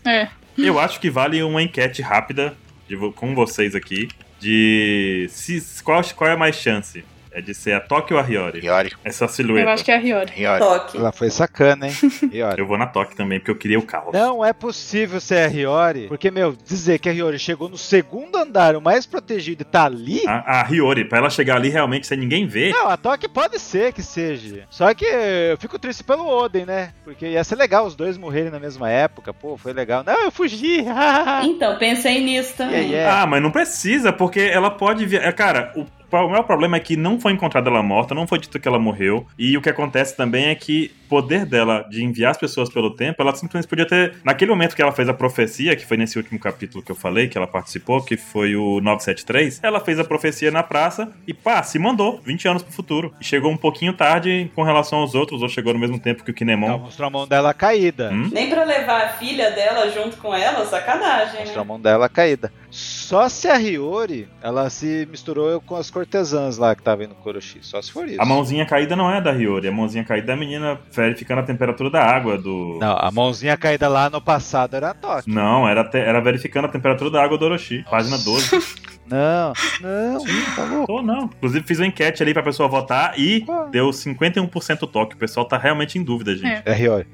S5: É.
S3: Eu acho que vale uma enquete rápida de vo- com vocês aqui de se, qual, qual é a mais chance? É de ser a Toque ou a Hiyori?
S2: Hiyori,
S3: Essa
S5: Eu
S3: silhueta.
S5: acho que é a Hiyori.
S2: Hiyori.
S4: Toque.
S1: Ela foi sacana, hein? Hiyori.
S3: Eu vou na Toque também, porque eu queria o caos.
S1: Não é possível ser a Hiyori, porque, meu, dizer que a Hiyori chegou no segundo andar, o mais protegido, e tá ali.
S3: A, a Hiyori, pra ela chegar ali realmente sem ninguém ver,
S1: Não, a Toque pode ser que seja. Só que eu fico triste pelo Oden, né? Porque ia ser legal os dois morrerem na mesma época. Pô, foi legal. Não, eu fugi. é. hahaha.
S4: Então, pensei nisso
S1: yeah,
S4: também.
S1: yeah.
S3: Ah, mas não precisa, porque ela pode. Via... é, Cara, o, o maior problema é que não foi encontrada ela morta, não foi dito que ela morreu. E o que acontece também é que o poder dela de enviar as pessoas pelo tempo, ela simplesmente podia ter. Naquele momento que ela fez a profecia, que foi nesse último capítulo que eu falei, que ela participou, que foi o 973, ela fez a profecia na praça e pá, se mandou 20 anos pro futuro. E chegou um pouquinho tarde com relação aos outros, ou chegou no mesmo tempo que o
S1: Ela
S3: Kinemon.
S1: mostrou a mão dela caída.
S3: Hum?
S4: Nem pra levar a filha dela junto com ela, sacanagem,
S1: Mostrou a
S4: né?
S1: mão dela caída. Só se a Hiyori, ela se misturou com as cortesãs lá que estavam indo no Kuroshi. Só se for isso.
S3: A mãozinha caída não é da Hiyori, a mãozinha caída é a menina verificando a temperatura da água do.
S1: Não, a mãozinha caída lá no passado era a Toque.
S3: Não, era, te- era verificando a temperatura da água do Orochi. Página 12.
S1: Não, não, ih, tá louco.
S3: Tô, não. Inclusive, fiz uma enquete ali pra pessoa votar e
S1: Qual?
S3: deu 51% toque. O pessoal tá realmente em dúvida, gente.
S5: É.
S1: É Hiyori.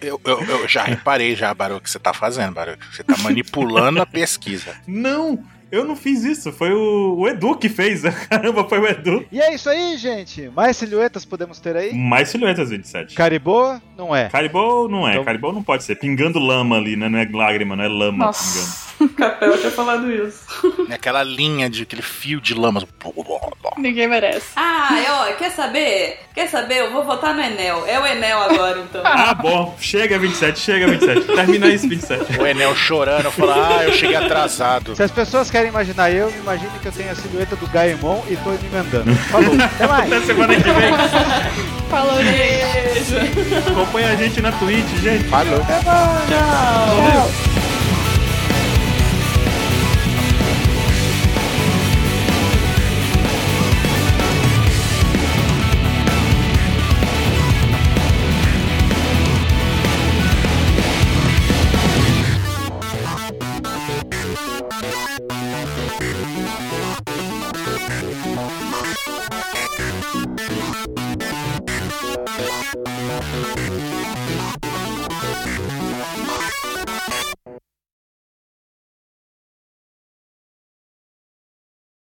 S2: Eu, eu- eu já reparei, já, Baruch, o que você tá fazendo, Baruch. Você tá manipulando a pesquisa.
S3: Não! Eu não fiz isso. Foi o, o Edu que fez. Caramba, foi o Edu.
S1: E é isso aí, gente. Mais silhuetas podemos ter aí?
S3: Mais silhuetas 27.
S1: Caribou? Não é.
S3: Caribou não é.
S1: Então-
S3: Caribou não pode ser. Pingando lama ali, né? Não é lágrima, não é lama pingando.
S5: Nossa,
S4: Capel tinha falado isso.
S2: Aquela linha de aquele fio de lamas.
S5: ninguém merece.
S4: Ah, ó, quer saber? Quer saber? Eu vou votar no Enel. É o Enel agora, então.
S3: Ah, bom. Chega, 27. Chega, 27. Termina isso, 27.
S2: O Enel chorando, falando, ah, eu cheguei atrasado.
S1: Se as pessoas querem imaginar eu, me imagine que eu tenho a silhueta do Gaemon e tô me emendando. Falou, até mais.
S3: Até semana que vem.
S5: Falou, gente.
S3: Acompanha a gente na Twitch, gente.
S2: Falou.